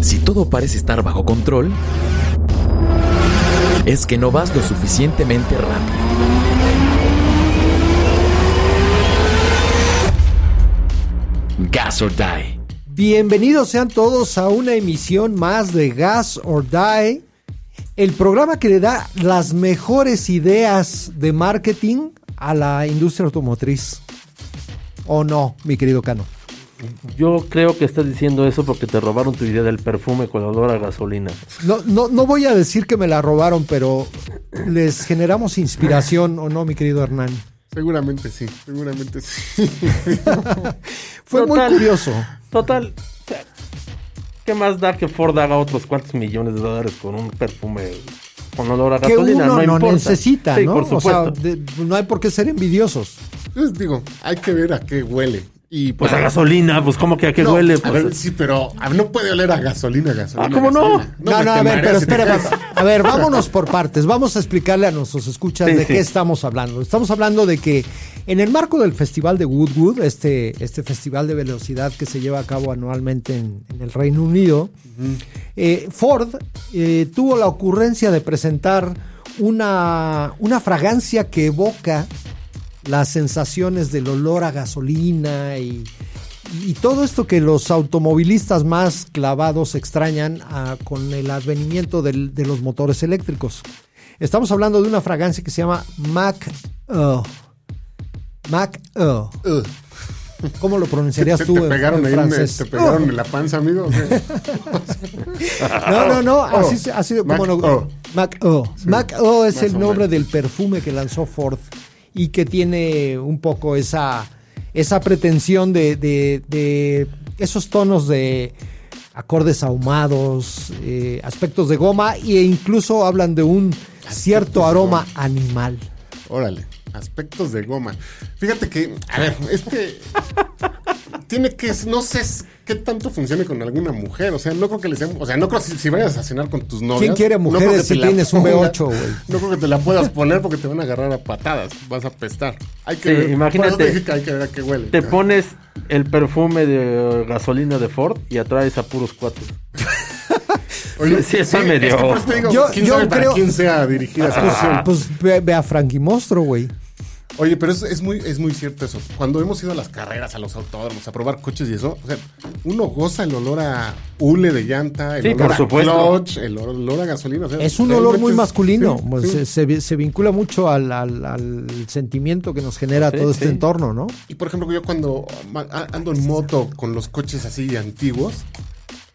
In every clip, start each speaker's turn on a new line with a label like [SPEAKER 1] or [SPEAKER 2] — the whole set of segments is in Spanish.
[SPEAKER 1] Si todo parece estar bajo control, es que no vas lo suficientemente rápido. Gas or Die.
[SPEAKER 2] Bienvenidos sean todos a una emisión más de Gas or Die, el programa que le da las mejores ideas de marketing a la industria automotriz. ¿O no, mi querido Cano?
[SPEAKER 3] Yo creo que estás diciendo eso porque te robaron tu idea del perfume con olor a gasolina.
[SPEAKER 2] No, no, no voy a decir que me la robaron, pero les generamos inspiración, ¿o no, mi querido Hernán?
[SPEAKER 4] Seguramente sí, seguramente sí.
[SPEAKER 2] Fue
[SPEAKER 3] Total.
[SPEAKER 2] muy curioso.
[SPEAKER 3] Total. ¿Qué más da que Ford haga otros cuantos millones de dólares con un perfume con olor a
[SPEAKER 2] Que
[SPEAKER 3] gasolina?
[SPEAKER 2] uno no,
[SPEAKER 3] importa.
[SPEAKER 2] necesita,
[SPEAKER 3] Sí,
[SPEAKER 2] ¿no?
[SPEAKER 3] Por
[SPEAKER 2] O sea,
[SPEAKER 3] supuesto.
[SPEAKER 2] de- no hay por qué ser envidiosos.
[SPEAKER 4] Les digo, hay que ver a qué huele. Y
[SPEAKER 3] Pues a
[SPEAKER 4] para-
[SPEAKER 3] gasolina, pues como que a qué
[SPEAKER 4] No,
[SPEAKER 3] huele.
[SPEAKER 4] a
[SPEAKER 3] Pues,
[SPEAKER 4] ver, sí, pero ah, no puede oler a gasolina, gasolina.
[SPEAKER 3] Ah, ¿cómo no?
[SPEAKER 4] gasolina.
[SPEAKER 2] No,
[SPEAKER 4] me
[SPEAKER 2] no, a
[SPEAKER 4] te
[SPEAKER 2] ver, pero
[SPEAKER 4] mareas y te
[SPEAKER 2] espera.
[SPEAKER 4] caes.
[SPEAKER 2] A ver, vámonos por partes. Vamos a explicarle a nuestros escuchas
[SPEAKER 3] Sí,
[SPEAKER 2] de
[SPEAKER 3] sí.
[SPEAKER 2] qué estamos hablando. Estamos hablando de que en el marco del Festival de Woodwood, este, este festival de velocidad que se lleva a cabo anualmente en, en el Reino Unido, eh, Ford eh, tuvo la ocurrencia de presentar una, una fragancia que evoca las sensaciones del olor a gasolina y, y todo esto que los automovilistas más clavados extrañan ah, con el advenimiento del- de los motores eléctricos. Estamos hablando de una fragancia que se llama Mac O. Mac O.
[SPEAKER 4] Ugh.
[SPEAKER 2] ¿Cómo lo pronunciarías
[SPEAKER 4] Uh. Te,
[SPEAKER 2] tú
[SPEAKER 4] te
[SPEAKER 2] en,
[SPEAKER 4] pegaron
[SPEAKER 2] en
[SPEAKER 4] ahí, en-
[SPEAKER 2] francés?
[SPEAKER 4] te pegaron en la panza, amigo. ¿Qué?
[SPEAKER 2] No, no, no,
[SPEAKER 4] Oh.
[SPEAKER 2] así, se- así
[SPEAKER 4] Mac
[SPEAKER 2] cómo no.
[SPEAKER 4] O.
[SPEAKER 2] Mac O. Mac O es
[SPEAKER 4] más
[SPEAKER 2] el
[SPEAKER 4] o
[SPEAKER 2] nombre
[SPEAKER 4] menos.
[SPEAKER 2] del perfume que lanzó Ford y que tiene un poco esa, esa pretensión de, de- de esos tonos de acordes ahumados, eh, aspectos de goma e incluso hablan de un cierto
[SPEAKER 4] de
[SPEAKER 2] aroma animal.
[SPEAKER 4] Órale, aspectos de goma. Fíjate que, a ver, este tiene que, no sé s- qué tanto funcione con alguna mujer. O sea, no creo que le sea, o sea, no creo si, si vayas a cenar con tus novias.
[SPEAKER 2] quiere
[SPEAKER 4] no creo
[SPEAKER 2] mujeres
[SPEAKER 4] que
[SPEAKER 2] si
[SPEAKER 4] te la
[SPEAKER 2] tienes un
[SPEAKER 4] pongas-
[SPEAKER 2] V8, güey?
[SPEAKER 4] No creo que te la puedas poner porque te van a agarrar a patadas, vas a apestar. Hay que
[SPEAKER 3] Sí,
[SPEAKER 4] ver.
[SPEAKER 3] imagínate.
[SPEAKER 4] Por eso te dije que hay que ver a qué huele.
[SPEAKER 3] Te pones el perfume de eh, gasolina de Ford y atraes a puros cuates.
[SPEAKER 4] Oye,
[SPEAKER 3] Sí, sí, está medio-
[SPEAKER 4] es que por eso te digo,
[SPEAKER 2] Yo-
[SPEAKER 4] quién
[SPEAKER 2] yo
[SPEAKER 4] sabe para
[SPEAKER 2] creo-
[SPEAKER 4] quién sea dirigida esa canción.
[SPEAKER 2] Pues ve, ve a Frankie Mostro, güey.
[SPEAKER 4] Oye, pero es, es muy, es muy cierto eso. Cuando hemos ido a las carreras, a los autódromos, a probar coches y eso, o sea, uno goza el olor a hule de llanta, el
[SPEAKER 3] Sí,
[SPEAKER 4] olor
[SPEAKER 3] por
[SPEAKER 4] a
[SPEAKER 3] supuesto.
[SPEAKER 4] clutch, el olor, olor a gasolina. o sea,
[SPEAKER 2] Es un
[SPEAKER 4] realmente
[SPEAKER 2] olor muy
[SPEAKER 4] es-
[SPEAKER 2] masculino,
[SPEAKER 4] sí,
[SPEAKER 2] pues,
[SPEAKER 4] sí.
[SPEAKER 2] Se, se vi- se vincula mucho al, al- al sentimiento que nos genera
[SPEAKER 3] Sí,
[SPEAKER 2] todo este
[SPEAKER 3] sí.
[SPEAKER 2] entorno, ¿no?
[SPEAKER 4] Y por ejemplo, yo cuando ma- a- ando en moto con los coches así antiguos,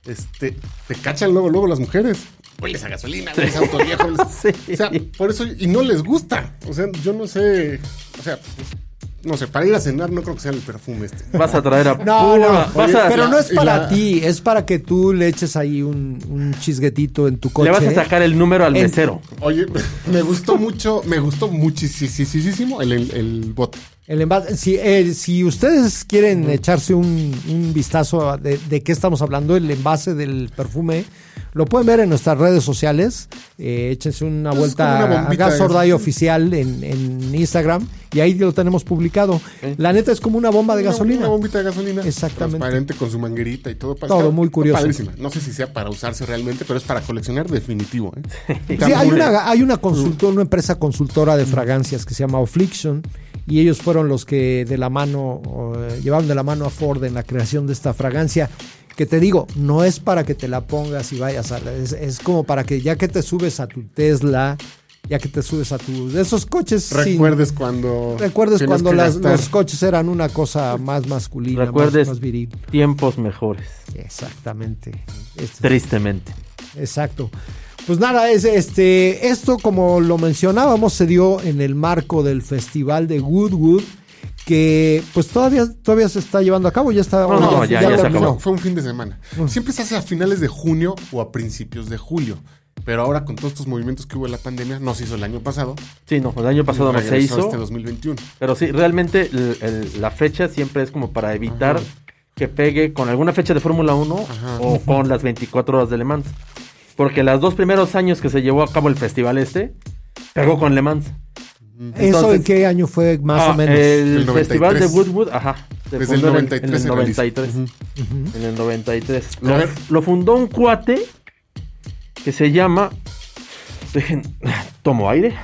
[SPEAKER 4] este, te cachan luego, luego las mujeres. Hueles a gasolina, hueles a auto viejo. hueles-
[SPEAKER 3] Sí.
[SPEAKER 4] O sea, por eso, y no les gusta. O sea, yo no sé, o sea, no sé, para ir a cenar no creo que sea el perfume este.
[SPEAKER 3] Vas a traer a
[SPEAKER 2] No,
[SPEAKER 3] pura-
[SPEAKER 2] no,
[SPEAKER 3] vas a-
[SPEAKER 2] pero no es
[SPEAKER 4] y
[SPEAKER 2] para
[SPEAKER 4] la-
[SPEAKER 2] ti, es para que tú le eches ahí un, un chisguetito en tu coche.
[SPEAKER 3] le vas a sacar el número al
[SPEAKER 2] En-
[SPEAKER 3] mesero.
[SPEAKER 4] Oye, me gustó mucho, me gustó muchísimo el, el, el bote.
[SPEAKER 2] El envase- si, eh, si ustedes quieren echarse un, un vistazo a de, de qué estamos hablando, el envase del perfume, lo pueden ver en nuestras redes sociales. Eh, échense una
[SPEAKER 4] Es
[SPEAKER 2] vuelta
[SPEAKER 4] como una
[SPEAKER 2] a
[SPEAKER 4] bombita
[SPEAKER 2] Gas
[SPEAKER 4] de
[SPEAKER 2] Or
[SPEAKER 4] gas.
[SPEAKER 2] Die Oficial en, en Instagram y ahí lo tenemos publicado. La neta es como una bomba de
[SPEAKER 4] Una-
[SPEAKER 2] gasolina.
[SPEAKER 4] Una bombita de gasolina.
[SPEAKER 2] Exactamente.
[SPEAKER 4] Transparente con su manguerita y todo. para
[SPEAKER 2] Todo muy curioso.
[SPEAKER 4] Padrísima. No sé si sea para usarse realmente, pero es para coleccionar definitivo. ¿eh? Está
[SPEAKER 2] Sí, hay
[SPEAKER 4] muy-
[SPEAKER 2] una, hay una consultora, una empresa consultora de fragancias que se llama Affliction y ellos fueron los que de la mano eh, llevaron de la mano a Ford en la creación de esta fragancia. Que te digo, no es para que te la pongas y vayas a. la- Es, es como para que ya que te subes a tu Tesla, ya que te subes a tu. de esos coches. sin-
[SPEAKER 4] Recuerdes cuando.
[SPEAKER 2] recuerdes
[SPEAKER 4] tienes
[SPEAKER 2] cuando
[SPEAKER 4] que
[SPEAKER 2] las-
[SPEAKER 4] gastar.
[SPEAKER 2] los coches eran una cosa más masculina, más-
[SPEAKER 3] Recuerdes
[SPEAKER 2] más, viril.
[SPEAKER 3] tiempos mejores.
[SPEAKER 2] Exactamente. Este-
[SPEAKER 3] Tristemente.
[SPEAKER 2] Exacto. Pues nada, es este, esto como lo mencionábamos se dio en el marco del Festival de Goodwood que pues todavía todavía se está llevando a cabo, ya está
[SPEAKER 3] No, no, ya- ya se
[SPEAKER 2] terminó. Mm.
[SPEAKER 3] acabó.
[SPEAKER 4] Fue un fin de semana. Siempre se hace a finales de junio o a principios de julio. Pero ahora con todos estos movimientos que hubo en la pandemia, no se hizo el año pasado.
[SPEAKER 3] Sí, no, el año pasado no se
[SPEAKER 4] Regresó
[SPEAKER 3] hizo.
[SPEAKER 4] Este 2021.
[SPEAKER 3] Pero sí, realmente el- el- la fecha siempre es como para evitar que pegue con alguna fecha de Fórmula 1 o con las 24 horas de Le Mans. Porque los dos primeros años que se llevó a cabo el festival este, pegó con Le Mans.
[SPEAKER 2] ¿Eso en
[SPEAKER 3] Entonces-
[SPEAKER 2] qué año fue más
[SPEAKER 3] Ah,
[SPEAKER 2] o menos?
[SPEAKER 3] El,
[SPEAKER 4] El
[SPEAKER 3] festival de
[SPEAKER 4] 93.
[SPEAKER 3] Woodwood, ajá,
[SPEAKER 4] Desde el
[SPEAKER 3] fundó
[SPEAKER 4] 93
[SPEAKER 3] En el
[SPEAKER 4] se realiza.
[SPEAKER 3] 93. En el 93.
[SPEAKER 4] A ver.
[SPEAKER 3] Lo, lo fundó un cuate que se llama. Dejen. Tomo aire.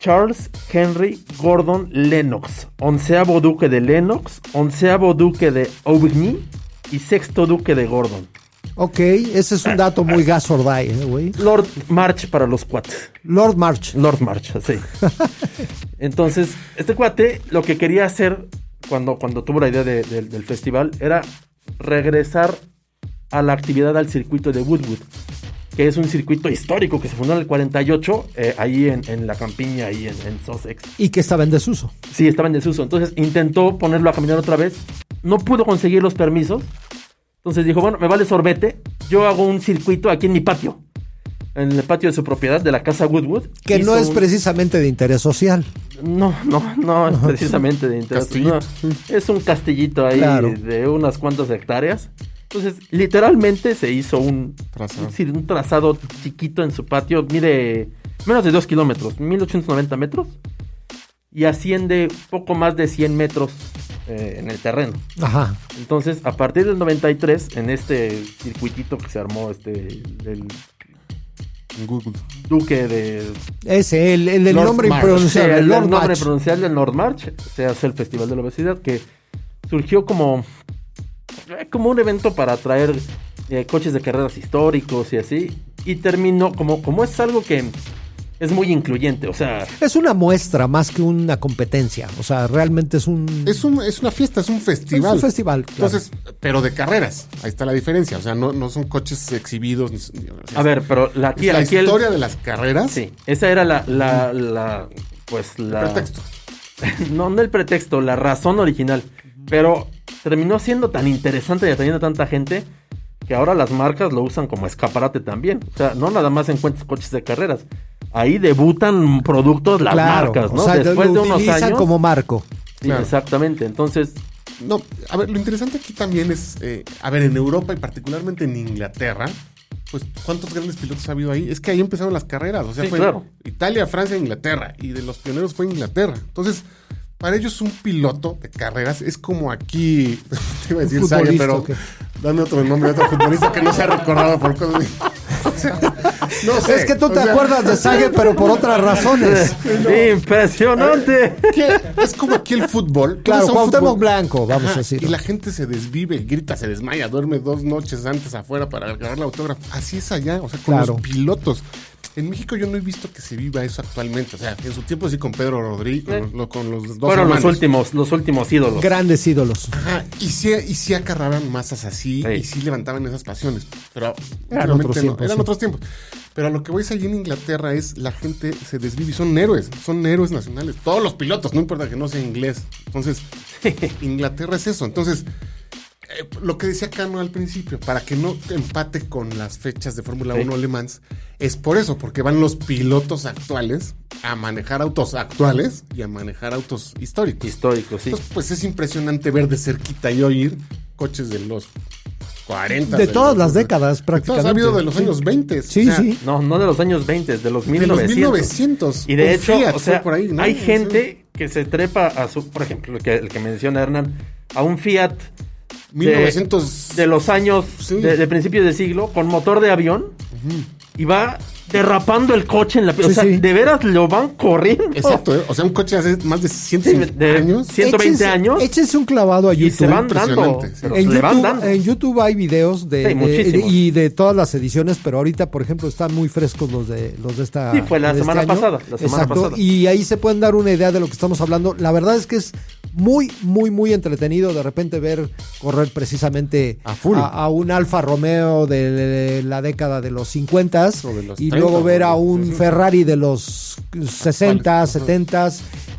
[SPEAKER 3] Charles Henry Gordon Lennox, onceavo duque de Lennox, onceavo duque de Aubigny y sexto duque de Gordon.
[SPEAKER 2] Ok, ese es un dato muy gas or die, ¿eh, güey.
[SPEAKER 3] Lord March para los cuates.
[SPEAKER 2] Lord March.
[SPEAKER 3] North March, así. Entonces, este cuate lo que quería hacer cuando, cuando tuvo la idea de- de- del festival era regresar a la actividad al circuito de Woodwood, que es un circuito histórico que se fundó en el 48, eh, ahí en, en la campiña, ahí en, en Sussex.
[SPEAKER 2] Y que estaba en desuso.
[SPEAKER 3] Sí, estaba en desuso. Entonces intentó ponerlo a caminar otra vez. No pudo conseguir los permisos. Entonces dijo, bueno, me vale sorbete. Yo hago un circuito aquí en mi patio. En el patio de su propiedad, de la casa Woodwood.
[SPEAKER 2] Que no
[SPEAKER 3] Hizo
[SPEAKER 2] es
[SPEAKER 3] un-
[SPEAKER 2] precisamente de interés social.
[SPEAKER 3] no, no, no, es precisamente de interés.
[SPEAKER 4] Castillito.
[SPEAKER 3] no, es un castillito ahí
[SPEAKER 2] Claro.
[SPEAKER 3] de unas cuantas hectáreas. Entonces, literalmente se hizo un
[SPEAKER 4] Trazado.
[SPEAKER 3] un cir- un trazado chiquito en su patio. Mire, menos de 2 kilómetros, 1890 metros. Y asciende poco más de 100 metros eh, en el terreno.
[SPEAKER 2] Ajá.
[SPEAKER 3] Entonces, a partir del 93, en este circuitito que se armó, este, el
[SPEAKER 4] En Google.
[SPEAKER 3] duque de
[SPEAKER 2] Ese, el, el del
[SPEAKER 4] Lord
[SPEAKER 2] nombre
[SPEAKER 4] March.
[SPEAKER 3] Sí,
[SPEAKER 2] impronunciable,
[SPEAKER 3] el,
[SPEAKER 2] Lord
[SPEAKER 3] nombre
[SPEAKER 2] March.
[SPEAKER 3] pronunciable del North March se hace el Festival de la Obesidad, que surgió como, eh, como un evento para atraer eh, coches de carreras históricos y así. Y terminó, como, como es algo que es muy incluyente, o sea,
[SPEAKER 2] Es una muestra más que una competencia. O sea, realmente es un.
[SPEAKER 4] Es, un- es una fiesta, es un festival.
[SPEAKER 2] Es un festival, claro.
[SPEAKER 4] Entonces, pero de carreras. Ahí está la diferencia. O sea, no, no son coches exhibidos. ni- ni- o sea,
[SPEAKER 3] a ver, pero la,
[SPEAKER 4] es
[SPEAKER 3] aquí,
[SPEAKER 4] la
[SPEAKER 3] aquí el-
[SPEAKER 4] historia de las carreras.
[SPEAKER 3] Sí, esa era la, la, la pues la...
[SPEAKER 4] Pretexto.
[SPEAKER 3] no, no el pretexto, la razón original. Pero terminó siendo tan interesante y atrayendo a tanta gente que ahora las marcas lo usan como escaparate también. O sea, no nada más encuentras coches de carreras. Ahí debutan productos las
[SPEAKER 2] claro.
[SPEAKER 3] marcas, ¿no?
[SPEAKER 2] O sea,
[SPEAKER 3] Después
[SPEAKER 2] lo
[SPEAKER 3] de unos
[SPEAKER 2] utilizan
[SPEAKER 3] años.
[SPEAKER 2] como marco.
[SPEAKER 3] Sí,
[SPEAKER 4] Claro.
[SPEAKER 3] Exactamente. Entonces,
[SPEAKER 4] No, a ver, lo interesante aquí también es, eh, a ver, en Europa y particularmente en Inglaterra, pues, ¿cuántos grandes pilotos ha habido ahí? Es que ahí empezaron las carreras, o sea,
[SPEAKER 3] Sí,
[SPEAKER 4] fue
[SPEAKER 3] claro.
[SPEAKER 4] Italia, Francia, Inglaterra, y de los pioneros fue Inglaterra. Entonces, para ellos un piloto de carreras es como aquí, te iba a decir
[SPEAKER 2] Un
[SPEAKER 4] Sague,
[SPEAKER 2] futbolista,
[SPEAKER 4] pero
[SPEAKER 2] ¿o qué?
[SPEAKER 4] dame otro nombre, otro futbolista que no sea recordado por cosas... de- o sea, no sé,
[SPEAKER 2] es que tú
[SPEAKER 4] o
[SPEAKER 2] te
[SPEAKER 4] sea,
[SPEAKER 2] acuerdas de Sague, pero por otras razones.
[SPEAKER 3] impresionante.
[SPEAKER 4] que es como aquí el fútbol. Tú
[SPEAKER 2] Claro,
[SPEAKER 4] ves a un
[SPEAKER 2] pues, Cuauhtémoc
[SPEAKER 4] fútbol-
[SPEAKER 2] Blanco, vamos
[SPEAKER 4] Ajá,
[SPEAKER 2] a decir.
[SPEAKER 4] Y la gente se desvive, grita, se desmaya, duerme dos noches antes afuera para agarrar el autógrafo. Así es allá, o sea, con
[SPEAKER 2] Claro.
[SPEAKER 4] los pilotos. En México yo no he visto que se viva eso actualmente. O sea, en su tiempo sí con Pedro Rodríguez,
[SPEAKER 3] Eh.
[SPEAKER 4] con, los- con los dos
[SPEAKER 3] Fueron los
[SPEAKER 4] hermanos.
[SPEAKER 3] últimos, los últimos ídolos.
[SPEAKER 2] Grandes ídolos.
[SPEAKER 4] Ajá, y sí, y sí acarraban masas así,
[SPEAKER 3] Sí.
[SPEAKER 4] y sí levantaban esas pasiones. Pero
[SPEAKER 2] Eran
[SPEAKER 4] realmente
[SPEAKER 2] otros
[SPEAKER 4] no,
[SPEAKER 2] tiempos,
[SPEAKER 4] eran
[SPEAKER 2] sí.
[SPEAKER 4] otros tiempos. Pero a lo que voy es allí en Inglaterra es la gente se desvive y son héroes, son héroes nacionales. Todos los pilotos, no importa que no sea inglés. Entonces, Inglaterra es eso. Entonces, eh, lo que decía Cano al principio, para que no empate con las fechas de Fórmula
[SPEAKER 3] Sí.
[SPEAKER 4] 1 Le Mans, es por eso, porque van los pilotos actuales a manejar autos actuales y a manejar autos históricos.
[SPEAKER 3] Históricos, sí.
[SPEAKER 4] Entonces, pues es impresionante ver de cerquita y oír coches de los 40.
[SPEAKER 2] De
[SPEAKER 4] los-
[SPEAKER 2] todas las
[SPEAKER 4] de-
[SPEAKER 2] décadas,
[SPEAKER 4] de
[SPEAKER 2] prácticamente.
[SPEAKER 4] todas, ha habido de los
[SPEAKER 2] Sí.
[SPEAKER 4] años 20.
[SPEAKER 2] Sí, sí.
[SPEAKER 3] No, no de los años 20, de los
[SPEAKER 4] De
[SPEAKER 3] 1900.
[SPEAKER 4] los 1900.
[SPEAKER 3] Y de
[SPEAKER 4] Un
[SPEAKER 3] hecho,
[SPEAKER 4] Fiat
[SPEAKER 3] o
[SPEAKER 4] fue
[SPEAKER 3] sea,
[SPEAKER 4] por ahí, ¿no?
[SPEAKER 3] hay
[SPEAKER 4] Sí.
[SPEAKER 3] gente que se trepa a su, por ejemplo, el que, el que menciona Hernán, a un Fiat
[SPEAKER 4] 1900.
[SPEAKER 3] de los años
[SPEAKER 4] Sí.
[SPEAKER 3] de, de principios de siglo con motor de avión y va derrapando el coche en la... o
[SPEAKER 2] Sí,
[SPEAKER 3] sea,
[SPEAKER 2] sí.
[SPEAKER 3] de veras lo van corriendo.
[SPEAKER 4] Exacto, ¿eh? o sea, un coche hace más de
[SPEAKER 3] Sí,
[SPEAKER 4] 150
[SPEAKER 3] de
[SPEAKER 4] años.
[SPEAKER 3] 120
[SPEAKER 2] Échense-
[SPEAKER 3] años
[SPEAKER 2] Échense un clavado a
[SPEAKER 3] y se
[SPEAKER 2] YouTube.
[SPEAKER 3] van dando.
[SPEAKER 4] impresionante, sí.
[SPEAKER 3] pero
[SPEAKER 2] En
[SPEAKER 3] se le van
[SPEAKER 2] YouTube,
[SPEAKER 3] dando.
[SPEAKER 2] en YouTube hay videos de,
[SPEAKER 3] Sí,
[SPEAKER 2] de-
[SPEAKER 3] muchísimos.
[SPEAKER 2] y de todas las ediciones, pero ahorita, por ejemplo, están muy frescos los de los de esta.
[SPEAKER 3] Sí, fue la
[SPEAKER 2] de este
[SPEAKER 3] semana pasada, la semana
[SPEAKER 2] Exacto.
[SPEAKER 3] pasada.
[SPEAKER 2] Y ahí se pueden dar una idea de lo que estamos hablando. La verdad es que es muy, muy, muy entretenido de repente ver correr precisamente
[SPEAKER 4] A full.
[SPEAKER 2] a un Alfa Romeo de la década de los 50
[SPEAKER 4] O de los
[SPEAKER 2] y
[SPEAKER 4] 30,
[SPEAKER 2] luego ver a
[SPEAKER 4] ¿no?
[SPEAKER 2] un
[SPEAKER 4] Sí, sí.
[SPEAKER 2] Ferrari de los 60, 70.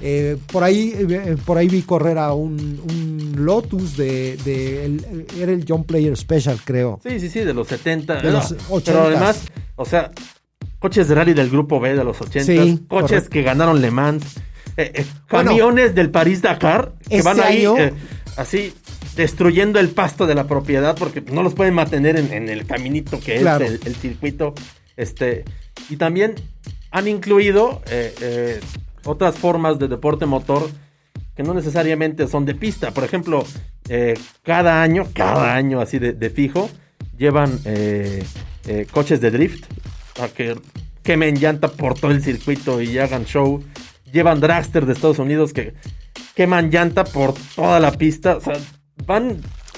[SPEAKER 2] eh, por ahí eh, por ahí vi correr a un, un Lotus de, de el- eh, era el John Player Special, creo.
[SPEAKER 3] Sí, sí, sí, de los 70.
[SPEAKER 2] De los
[SPEAKER 3] no,
[SPEAKER 2] 80s.
[SPEAKER 3] Pero además, o sea, coches de rally del grupo B de los 80,
[SPEAKER 2] Sí,
[SPEAKER 3] coches
[SPEAKER 2] correcto.
[SPEAKER 3] que ganaron Le Mans, eh, eh,
[SPEAKER 2] Bueno,
[SPEAKER 3] camiones del París Dakar que
[SPEAKER 2] este
[SPEAKER 3] van ahí
[SPEAKER 2] año-
[SPEAKER 3] eh, así destruyendo el pasto de la propiedad porque no los pueden mantener en, en el caminito que
[SPEAKER 2] Claro.
[SPEAKER 3] es el, el circuito. Este, y también han incluido eh, eh, otras formas de deporte motor que no necesariamente son de pista. Por ejemplo, eh, cada año, cada año así de, de fijo, llevan eh, eh, coches de drift a que quemen llanta por todo el circuito y hagan show. Llevan dragsters de Estados Unidos que queman llanta por toda la pista. O sea, van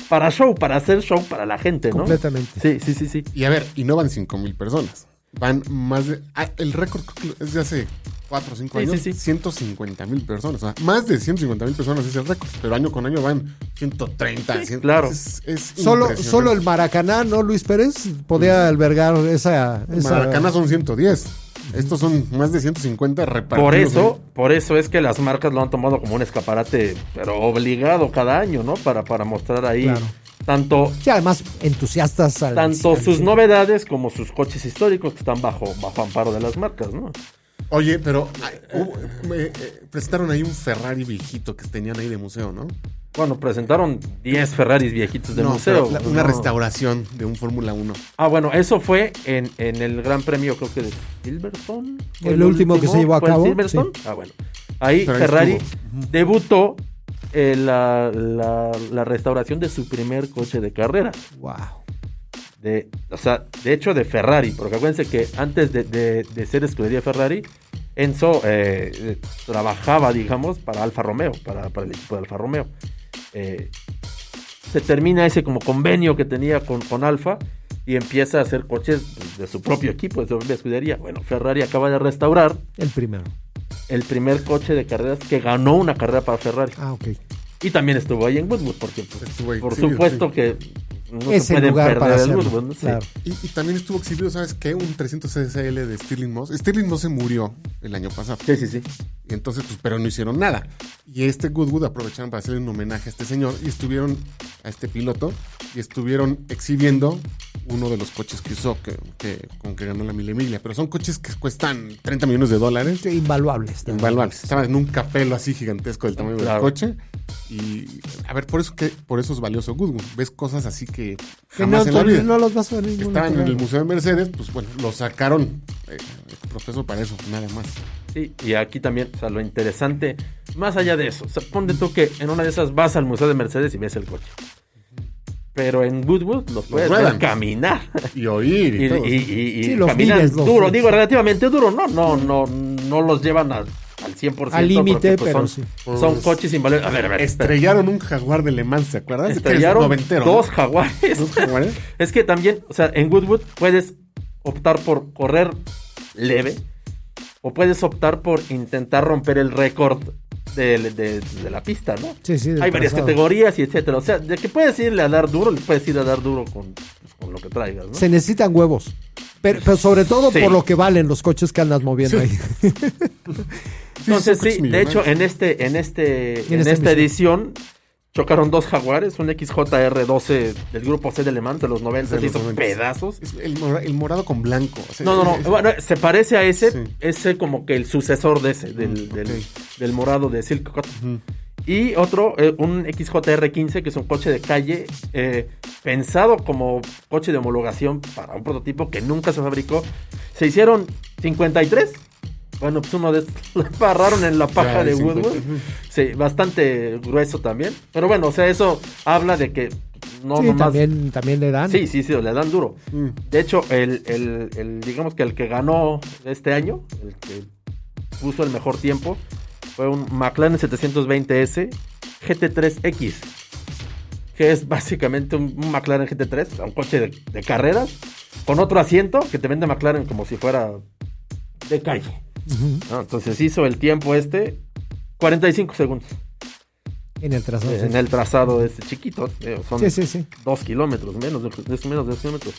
[SPEAKER 3] para show, para hacer show para la gente, ¿no?
[SPEAKER 2] Completamente.
[SPEAKER 3] Sí, sí, sí, sí.
[SPEAKER 4] Y a ver, y no van 5 mil personas. Van más de. ah, el récord creo que es de hace 4 o 5
[SPEAKER 3] Sí,
[SPEAKER 4] años.
[SPEAKER 3] sí, sí.
[SPEAKER 4] 150 mil personas. O sea, más de 150 mil personas es el récord. Pero año con año van 130.
[SPEAKER 3] Sí,
[SPEAKER 4] 100.
[SPEAKER 3] claro.
[SPEAKER 4] Es, es
[SPEAKER 2] Solo,
[SPEAKER 4] impresionante.
[SPEAKER 2] solo el Maracaná, ¿no, Luis Pérez?
[SPEAKER 3] Mm.
[SPEAKER 2] Podía albergar esa. esa-
[SPEAKER 4] Maracaná son 110. Estos son más de 150 repartidos.
[SPEAKER 3] Por
[SPEAKER 4] ¿eh?
[SPEAKER 3] eso, por eso es que las marcas lo han tomado como un escaparate, pero obligado cada año, ¿no? Para, para mostrar ahí
[SPEAKER 2] Claro.
[SPEAKER 3] tanto,
[SPEAKER 2] Sí, además, entusiastas al.
[SPEAKER 3] tanto
[SPEAKER 2] al-
[SPEAKER 3] sus novedades como sus coches históricos que están bajo, bajo amparo de las marcas, ¿no?
[SPEAKER 4] ¿eh? Oye, pero ay, hubo- eh, eh, presentaron ahí un Ferrari viejito que tenían ahí de museo, ¿no?
[SPEAKER 3] Bueno, presentaron 10 Ferraris viejitos de
[SPEAKER 4] no,
[SPEAKER 3] museo.
[SPEAKER 4] pero la- una
[SPEAKER 3] No.
[SPEAKER 4] restauración de un Fórmula 1.
[SPEAKER 3] Ah, bueno, eso fue en, en el Gran Premio, creo que de Silverstone. ¿Fue
[SPEAKER 2] El último que se llevó a
[SPEAKER 3] ¿Fue el
[SPEAKER 2] cabo,
[SPEAKER 3] Silverstone? Ah, bueno. Ahí
[SPEAKER 4] Pero ahí
[SPEAKER 3] Ferrari
[SPEAKER 4] estuvo.
[SPEAKER 3] debutó eh, la, la- la restauración de su primer coche de carrera.
[SPEAKER 2] Wow.
[SPEAKER 3] De, o sea, de hecho de Ferrari, porque acuérdense que antes de, de- de ser escudería Ferrari, Enzo eh, eh, trabajaba, digamos, para Alfa Romeo, para, para el equipo de Alfa Romeo. Eh, se termina ese como convenio que tenía con, con Alfa y empieza a hacer coches pues, de su propio equipo, de su propia escudería. Bueno, Ferrari acaba de restaurar
[SPEAKER 2] El primero.
[SPEAKER 3] el primer coche de carreras que ganó una carrera para Ferrari.
[SPEAKER 2] Ah, ok.
[SPEAKER 3] Y también estuvo ahí en Woodwood, porque pues,
[SPEAKER 4] Estuvo ahí,
[SPEAKER 3] por
[SPEAKER 4] sí,
[SPEAKER 3] supuesto
[SPEAKER 4] sí.
[SPEAKER 3] que no
[SPEAKER 2] es
[SPEAKER 3] se
[SPEAKER 2] el
[SPEAKER 3] pueden
[SPEAKER 2] lugar
[SPEAKER 3] perder
[SPEAKER 2] para
[SPEAKER 3] el
[SPEAKER 2] hacerlo.
[SPEAKER 3] Woodwood. ¿no? Sí.
[SPEAKER 2] Claro.
[SPEAKER 4] Y, y también estuvo exhibido, ¿sabes qué? Un 300 CSL de Stirling Moss. Stirling Moss se murió el año pasado.
[SPEAKER 3] Sí, sí, sí.
[SPEAKER 4] Y entonces, pues, pero no hicieron nada. Y este Goodwood aprovecharon para hacerle un homenaje a este señor y estuvieron a este piloto y estuvieron exhibiendo uno de los coches que usó, que, que- con que ganó la mil milla. Pero son coches que cuestan 30 millones de dólares.
[SPEAKER 2] Sí, Invaluables. también.
[SPEAKER 4] Invaluables. Estaban en un capelo así gigantesco del tamaño
[SPEAKER 3] Claro.
[SPEAKER 4] del coche. Y a ver, por eso que por eso es valioso Goodwood. Ves cosas así que
[SPEAKER 2] Que no,
[SPEAKER 4] jamás en la
[SPEAKER 2] tú
[SPEAKER 4] vida
[SPEAKER 2] no los vas a ver en ningún
[SPEAKER 4] estaban
[SPEAKER 2] otro
[SPEAKER 4] en el
[SPEAKER 2] lado.
[SPEAKER 4] Museo de Mercedes, pues bueno, lo sacaron eh, el profesor para eso, nada más.
[SPEAKER 3] Sí, y aquí también, o sea, lo interesante, más allá de eso, o sea, ponte tú que en una de esas vas al Museo de Mercedes y ves el coche. Pero en Goodwood los puedes ver
[SPEAKER 4] ruedan.
[SPEAKER 3] caminar.
[SPEAKER 4] Y oír y,
[SPEAKER 3] Y,
[SPEAKER 4] todo.
[SPEAKER 3] y- y- y
[SPEAKER 2] Sí, los
[SPEAKER 3] caminan
[SPEAKER 2] miles, los-
[SPEAKER 3] duro, digo, relativamente duro. No, no, no, no los llevan al, al 100%.
[SPEAKER 2] Al límite,
[SPEAKER 3] porque, pues,
[SPEAKER 2] pero
[SPEAKER 3] son,
[SPEAKER 2] sí.
[SPEAKER 3] son
[SPEAKER 4] Pues,
[SPEAKER 3] coches sin valor. A ver, a ver. espera.
[SPEAKER 4] Estrellaron un jaguar de Le Mans, ¿te acuerdas?
[SPEAKER 3] Estrellaron
[SPEAKER 4] Que es noventero, ¿no?
[SPEAKER 3] dos jaguares.
[SPEAKER 4] Dos jaguares.
[SPEAKER 3] Es que también, o sea, en Goodwood puedes optar por correr leve o puedes optar por intentar romper el récord del- de, de la pista, ¿no?
[SPEAKER 2] Sí, sí, del
[SPEAKER 3] Hay varias
[SPEAKER 2] trazado.
[SPEAKER 3] categorías y etcétera. O sea, de que puedes irle a dar duro, le puedes ir a dar duro con, pues, con lo que traigas, ¿no?
[SPEAKER 2] Se necesitan huevos. Pero, pero sobre todo
[SPEAKER 3] Sí.
[SPEAKER 2] por lo que valen los coches que andas moviendo ahí.
[SPEAKER 3] Entonces
[SPEAKER 4] son coches
[SPEAKER 3] sí, de hecho en este en este en,
[SPEAKER 2] esta
[SPEAKER 3] esta
[SPEAKER 2] emisión.
[SPEAKER 3] edición chocaron dos jaguares, un XJR12 del grupo C de Le Mans de los 90 se
[SPEAKER 4] De los
[SPEAKER 3] hizo
[SPEAKER 4] 90.
[SPEAKER 3] pedazos.
[SPEAKER 4] Es El, mora- el morado con blanco. o sea,
[SPEAKER 3] No, no, no.
[SPEAKER 4] es-
[SPEAKER 3] Bueno, se parece a ese.
[SPEAKER 4] este, Sí.
[SPEAKER 3] Ese como que el sucesor de ese, del,
[SPEAKER 4] Mm,
[SPEAKER 3] del-
[SPEAKER 4] ok.
[SPEAKER 3] del morado de Silk Cut.
[SPEAKER 4] Ujú.
[SPEAKER 3] Y otro, eh, un XJR15, que es un coche de calle, eh, pensado como coche de homologación para un prototipo que nunca se fabricó. Se hicieron 53. Bueno, pues uno de estos lo embarraron en la paja
[SPEAKER 4] Ya,
[SPEAKER 3] de
[SPEAKER 4] 50.
[SPEAKER 3] Woodward. Sí, bastante grueso también. Pero bueno, o sea, eso habla de que no
[SPEAKER 2] sí,
[SPEAKER 3] nomás
[SPEAKER 2] también, también le dan.
[SPEAKER 3] Sí, sí, sí, le dan duro.
[SPEAKER 4] Mm.
[SPEAKER 3] De hecho, el, el- el- digamos que el que ganó este año, el que puso el mejor tiempo, fue un McLaren 720S GT3X, que es básicamente un un McLaren GT3, o sea, un coche de, de carreras, con otro asiento que te vende McLaren como si fuera de calle.
[SPEAKER 2] Ujú.
[SPEAKER 3] ¿no? Entonces hizo el tiempo este 45 segundos
[SPEAKER 2] En el trazado.
[SPEAKER 3] eh,
[SPEAKER 2] sí.
[SPEAKER 3] en el trazado este chiquito, eh, son
[SPEAKER 2] Sí, sí, sí.
[SPEAKER 3] dos kilómetros, menos de, es menos de dos kilómetros.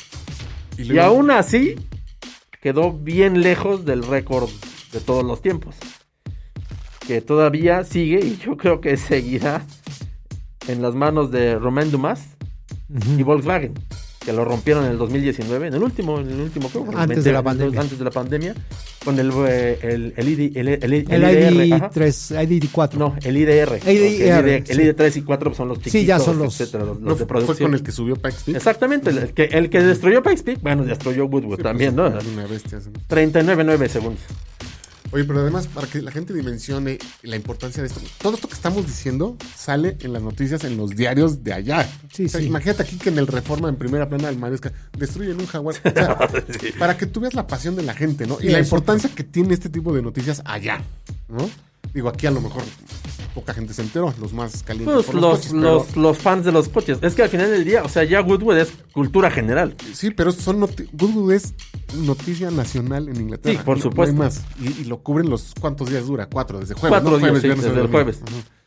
[SPEAKER 4] y
[SPEAKER 3] Y
[SPEAKER 4] luego-
[SPEAKER 3] aún así, quedó bien lejos del récord de todos los tiempos. Que todavía sigue y yo creo que seguirá en las manos de Romain Dumas
[SPEAKER 2] Ujú.
[SPEAKER 3] y Volkswagen, que lo rompieron en el 2019, en el último, en el último creo,
[SPEAKER 2] Antes
[SPEAKER 3] realmente,
[SPEAKER 2] de la pandemia.
[SPEAKER 3] Antes de la pandemia, con el, eh, el, el ID, el, el- el
[SPEAKER 2] El
[SPEAKER 3] IDR,
[SPEAKER 2] ID
[SPEAKER 3] ajá.
[SPEAKER 2] 3, ID 4.
[SPEAKER 3] No, el IDR. porque
[SPEAKER 2] IDR,
[SPEAKER 3] el, ID,
[SPEAKER 2] sí.
[SPEAKER 3] 3 y 4 son los chiquitos,
[SPEAKER 2] Sí, ya son los-
[SPEAKER 3] etcétera, los- los
[SPEAKER 4] ¿no
[SPEAKER 3] de
[SPEAKER 4] fue
[SPEAKER 3] producción.
[SPEAKER 4] con el que subió Pax Peak?
[SPEAKER 3] Exactamente, el, el que, el que destruyó Pikes Peak, bueno, destruyó Woodwood
[SPEAKER 4] Sí,
[SPEAKER 3] también,
[SPEAKER 4] pues,
[SPEAKER 3] ¿no?
[SPEAKER 4] Una bestia. sí.
[SPEAKER 3] 39.9 segundos.
[SPEAKER 4] Oye, pero además, para que la gente dimensione la importancia de esto, todo esto que estamos diciendo sale en las noticias, en los diarios de allá.
[SPEAKER 2] Sí,
[SPEAKER 4] O sea,
[SPEAKER 2] sí.
[SPEAKER 4] Imagínate aquí que en el Reforma, en primera plana del Maresca, destruyen un jaguar. O sea, Para que tú veas la pasión de la gente, ¿no? Y
[SPEAKER 2] Sí,
[SPEAKER 4] la
[SPEAKER 2] eso.
[SPEAKER 4] importancia que tiene este tipo de noticias allá, ¿no? Digo, aquí a lo mejor poca gente se enteró, los más calientes.
[SPEAKER 3] Pues
[SPEAKER 4] por
[SPEAKER 3] los,
[SPEAKER 4] los coches, pero-
[SPEAKER 3] los- los fans de los coches. Es que al final del día, o sea, ya Goodwood es cultura general.
[SPEAKER 4] Sí, pero son noti- Goodwood es noticia nacional en Inglaterra.
[SPEAKER 3] Sí, por
[SPEAKER 4] No- no
[SPEAKER 3] supuesto.
[SPEAKER 4] hay más. Y, y lo cubren los cuántos días dura, cuatro, desde jueves.
[SPEAKER 3] Cuatro
[SPEAKER 4] ¿no?
[SPEAKER 3] días, sí,
[SPEAKER 4] viernes,
[SPEAKER 3] desde el
[SPEAKER 4] domingo.
[SPEAKER 3] jueves.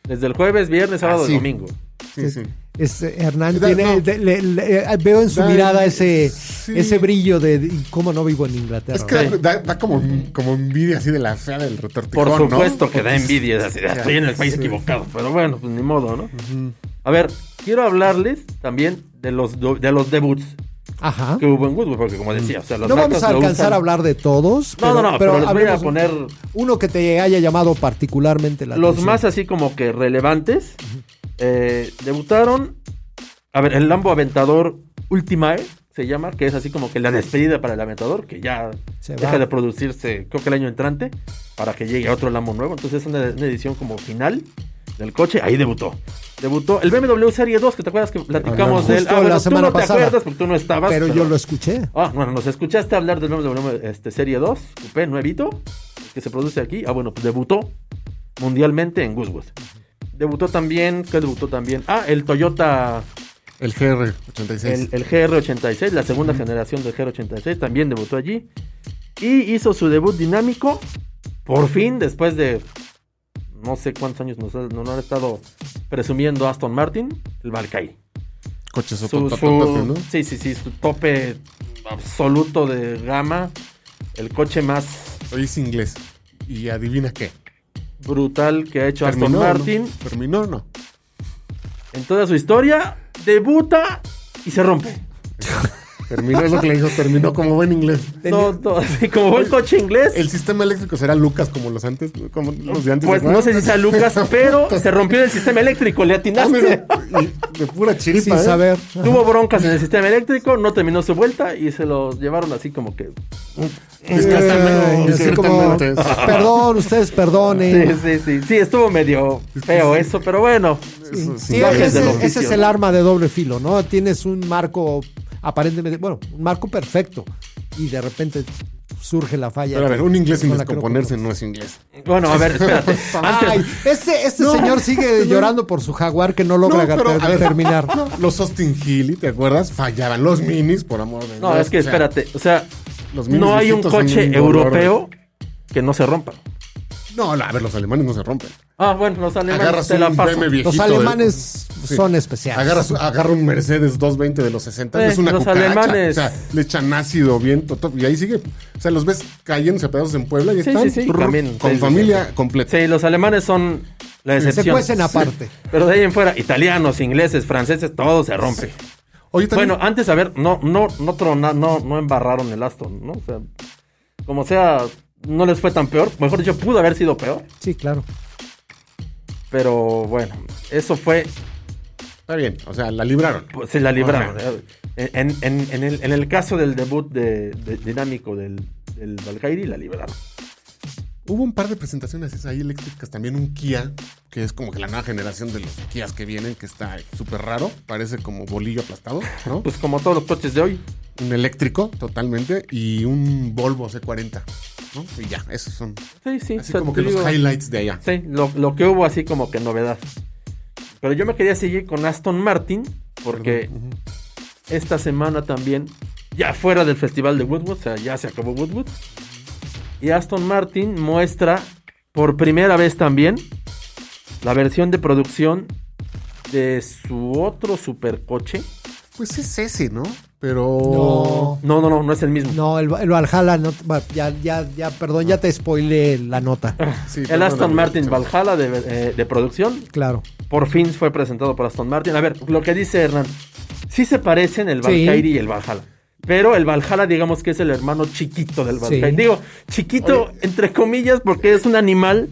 [SPEAKER 3] Desde el jueves, viernes, sábado
[SPEAKER 4] Ah, sí.
[SPEAKER 3] y domingo.
[SPEAKER 4] Sí, sí.
[SPEAKER 2] Este, Hernán
[SPEAKER 4] Da-
[SPEAKER 2] tiene,
[SPEAKER 4] no.
[SPEAKER 2] de- le- le- eh, veo en su
[SPEAKER 4] Da-
[SPEAKER 2] mirada ese,
[SPEAKER 4] sí.
[SPEAKER 2] ese brillo de, de- cómo no vivo en Inglaterra.
[SPEAKER 4] Es
[SPEAKER 3] Ah.
[SPEAKER 4] que da, da- da como, como envidia así de la fea del retortijón,
[SPEAKER 3] Por
[SPEAKER 4] ¿no?
[SPEAKER 3] supuesto que da
[SPEAKER 4] Porque-
[SPEAKER 3] envidia. así de, Estoy en el país equivocado, pero bueno, pues ni modo, ¿no? A ver, quiero hablarles también de los, do- de los debuts
[SPEAKER 2] Ajá.
[SPEAKER 3] que hubo en Goodwood, porque como decía, o sea, las
[SPEAKER 2] No vamos
[SPEAKER 3] marcas
[SPEAKER 2] a
[SPEAKER 3] lo
[SPEAKER 2] alcanzar
[SPEAKER 3] usan-
[SPEAKER 2] a hablar de todos.
[SPEAKER 3] No, no, no, pero les voy a
[SPEAKER 2] hablemos un-
[SPEAKER 3] poner
[SPEAKER 2] uno que te haya llamado particularmente la
[SPEAKER 3] los
[SPEAKER 2] atención.
[SPEAKER 3] más así como que relevantes. eh, debutaron, a ver, el Lambo Aventador Ultimae se llama, que es así como que la despedida para el Aventador, que ya
[SPEAKER 2] Se
[SPEAKER 3] deja
[SPEAKER 2] va.
[SPEAKER 3] de producirse, creo que el año entrante, para que llegue otro Lambo nuevo. Entonces es una, una edición como final del coche, ahí debutó. Debutó el BMW Serie 2, que te acuerdas que platicamos
[SPEAKER 4] Hablamos
[SPEAKER 3] de él. Ah,
[SPEAKER 2] justo la semana
[SPEAKER 3] tú no
[SPEAKER 2] pasada.
[SPEAKER 3] te acuerdas porque tú no estabas.
[SPEAKER 2] Pero yo lo escuché.
[SPEAKER 3] Ah, bueno, nos escuchaste hablar del BMW este, Serie 2, Coupé Nuevito, que se produce aquí. Ah, bueno, pues debutó mundialmente en Goodwood. Debutó también, ¿qué debutó también? Ah, el Toyota,
[SPEAKER 4] El GR86.
[SPEAKER 3] el, eh, el GR86, la segunda generación del GR86, también debutó allí. Y hizo su debut dinámico, por fin, después de no sé cuántos años nos, ha- nos han estado presumiendo Aston Martin, el Valkyrie
[SPEAKER 4] Coche
[SPEAKER 3] su,
[SPEAKER 4] sotototote,
[SPEAKER 3] su-
[SPEAKER 4] ¿no?
[SPEAKER 3] sí, sí, sí, su tope absoluto de gama, el coche más
[SPEAKER 4] Oye, es inglés. Y adivina qué.
[SPEAKER 3] brutal que ha hecho Aston
[SPEAKER 4] ¿Terminó o no?
[SPEAKER 3] Martin
[SPEAKER 4] ¿Terminó o no?
[SPEAKER 3] en toda su historia, debuta y se rompe.
[SPEAKER 4] Terminó, es lo que le dijo, terminó como buen inglés.
[SPEAKER 3] Todo, todo, así como buen coche inglés.
[SPEAKER 4] El sistema eléctrico será Lucas como los antes, como los de antes.
[SPEAKER 3] pues
[SPEAKER 4] ¿no?
[SPEAKER 3] no sé si sea Lucas, pero se rompió el sistema eléctrico, le
[SPEAKER 4] Ah,
[SPEAKER 3] atinaste.
[SPEAKER 4] mira, y de pura chiripa.
[SPEAKER 2] Sin
[SPEAKER 4] ¿eh?
[SPEAKER 2] saber.
[SPEAKER 3] Tuvo broncas en el sistema eléctrico, no terminó su vuelta y se lo llevaron así como que.
[SPEAKER 2] Eh,
[SPEAKER 4] Discretamente,
[SPEAKER 2] así como,
[SPEAKER 4] discretamente.
[SPEAKER 2] perdón, ustedes
[SPEAKER 3] Sí,
[SPEAKER 2] perdonen.
[SPEAKER 3] sí, sí. Sí, estuvo medio feo eso, pero bueno.
[SPEAKER 4] Eso,
[SPEAKER 2] Sí,
[SPEAKER 4] sin
[SPEAKER 2] es
[SPEAKER 4] saber.
[SPEAKER 2] que
[SPEAKER 3] del
[SPEAKER 2] ese,
[SPEAKER 3] oficio,
[SPEAKER 2] ese es el arma de doble filo, ¿no? Tienes un marco aparentemente, bueno, un marco perfecto y de repente surge la falla.
[SPEAKER 4] Pero a ver, un inglés sin
[SPEAKER 2] Con la que no
[SPEAKER 4] descomponerse no es inglés.
[SPEAKER 3] Bueno, a ver, espérate. Antes,
[SPEAKER 2] Ay, este este señor sigue llorando por su jaguar que no logra
[SPEAKER 4] No, pero,
[SPEAKER 2] gater-
[SPEAKER 4] a ver,
[SPEAKER 2] terminar.
[SPEAKER 4] no, los Austin Healy, ¿te acuerdas? Fallaban los minis, por amor de Dios.
[SPEAKER 3] No, es que
[SPEAKER 4] O sea,
[SPEAKER 3] espérate, o sea,
[SPEAKER 4] los minis
[SPEAKER 3] no hay un
[SPEAKER 4] viejitos son
[SPEAKER 3] coche
[SPEAKER 4] un dolor de-
[SPEAKER 3] europeo que no se rompa.
[SPEAKER 4] No, a ver, los alemanes no se rompen.
[SPEAKER 3] Ah, bueno, los alemanes
[SPEAKER 4] Agarras
[SPEAKER 3] te la
[SPEAKER 4] un
[SPEAKER 3] paso.
[SPEAKER 4] BMW viejito.
[SPEAKER 2] Los
[SPEAKER 4] de-
[SPEAKER 2] alemanes
[SPEAKER 4] Sí.
[SPEAKER 2] son especiales.
[SPEAKER 4] Agarras, agarra un Mercedes 220 de los 60,
[SPEAKER 3] Eh,
[SPEAKER 4] es una
[SPEAKER 3] los
[SPEAKER 4] cucaracha.
[SPEAKER 3] alemanes.
[SPEAKER 4] O sea, le echan ácido, viento, todo, y ahí sigue. O sea, los ves cayéndose a pedazos en Puebla y
[SPEAKER 3] Sí, sí,
[SPEAKER 4] están
[SPEAKER 3] sí,
[SPEAKER 4] trrr,
[SPEAKER 3] también,
[SPEAKER 4] con
[SPEAKER 3] sí, sí,
[SPEAKER 4] familia
[SPEAKER 3] sí.
[SPEAKER 4] completa.
[SPEAKER 3] Sí, los alemanes son la
[SPEAKER 2] Se
[SPEAKER 3] excepción.
[SPEAKER 2] cuecen aparte.
[SPEAKER 3] Pero de ahí en fuera, italianos, ingleses, franceses, todo se rompe.
[SPEAKER 4] Oye, también,
[SPEAKER 3] Bueno, antes, a ver, no, no, no, trona- no, no embarraron el Aston, ¿no? O sea, como sea, no les fue tan peor. Mejor dicho, pudo haber sido peor.
[SPEAKER 2] Sí, claro.
[SPEAKER 3] Pero bueno, eso fue
[SPEAKER 4] está bien, o sea, la libraron.
[SPEAKER 3] Pues se la libraron. En, en- en el, en el caso del debut de, de- dinámico del, del Valkyrie, la libraron.
[SPEAKER 4] Hubo un par de presentaciones esas ahí eléctricas, también un Kia, que es como que la nueva generación de los Kias que vienen, que está súper raro, parece como bolillo aplastado, ¿no?
[SPEAKER 3] Pues como todos los coches de hoy.
[SPEAKER 4] un eléctrico totalmente y un Volvo C40, ¿no? Y ya, esos son
[SPEAKER 3] Sí, sí.
[SPEAKER 4] así
[SPEAKER 3] o sea,
[SPEAKER 4] como
[SPEAKER 3] te
[SPEAKER 4] que los
[SPEAKER 3] digo,
[SPEAKER 4] highlights de allá.
[SPEAKER 3] Sí, lo, lo que hubo así como que novedad. Pero yo me quería seguir con Aston Martin, porque
[SPEAKER 4] Perdón, ujú.
[SPEAKER 3] esta semana también, ya fuera del festival de Woodwood, o sea, ya se acabó Woodwood. Y Aston Martin muestra por primera vez también la versión de producción de su otro supercoche.
[SPEAKER 4] Pues es ese, ¿no? Pero Oh.
[SPEAKER 2] No.
[SPEAKER 3] No, no, no, no es el mismo.
[SPEAKER 2] No, el, el Valhalla, no, va, ya, ya, ya, perdón, ya te spoilé la nota.
[SPEAKER 4] Sí,
[SPEAKER 3] el
[SPEAKER 4] perdóname,
[SPEAKER 3] Aston Martin
[SPEAKER 4] sí.
[SPEAKER 3] Valhalla de, eh, de producción
[SPEAKER 2] Claro.
[SPEAKER 3] por fin fue presentado por Aston Martin. A ver, lo que dice Hernán, sí se parecen el
[SPEAKER 2] Sí.
[SPEAKER 3] Valkyrie y el Valhalla. Pero el Valhalla, digamos que es el hermano chiquito del Valkyrie.
[SPEAKER 2] Sí.
[SPEAKER 3] Digo, chiquito entre comillas porque es un animal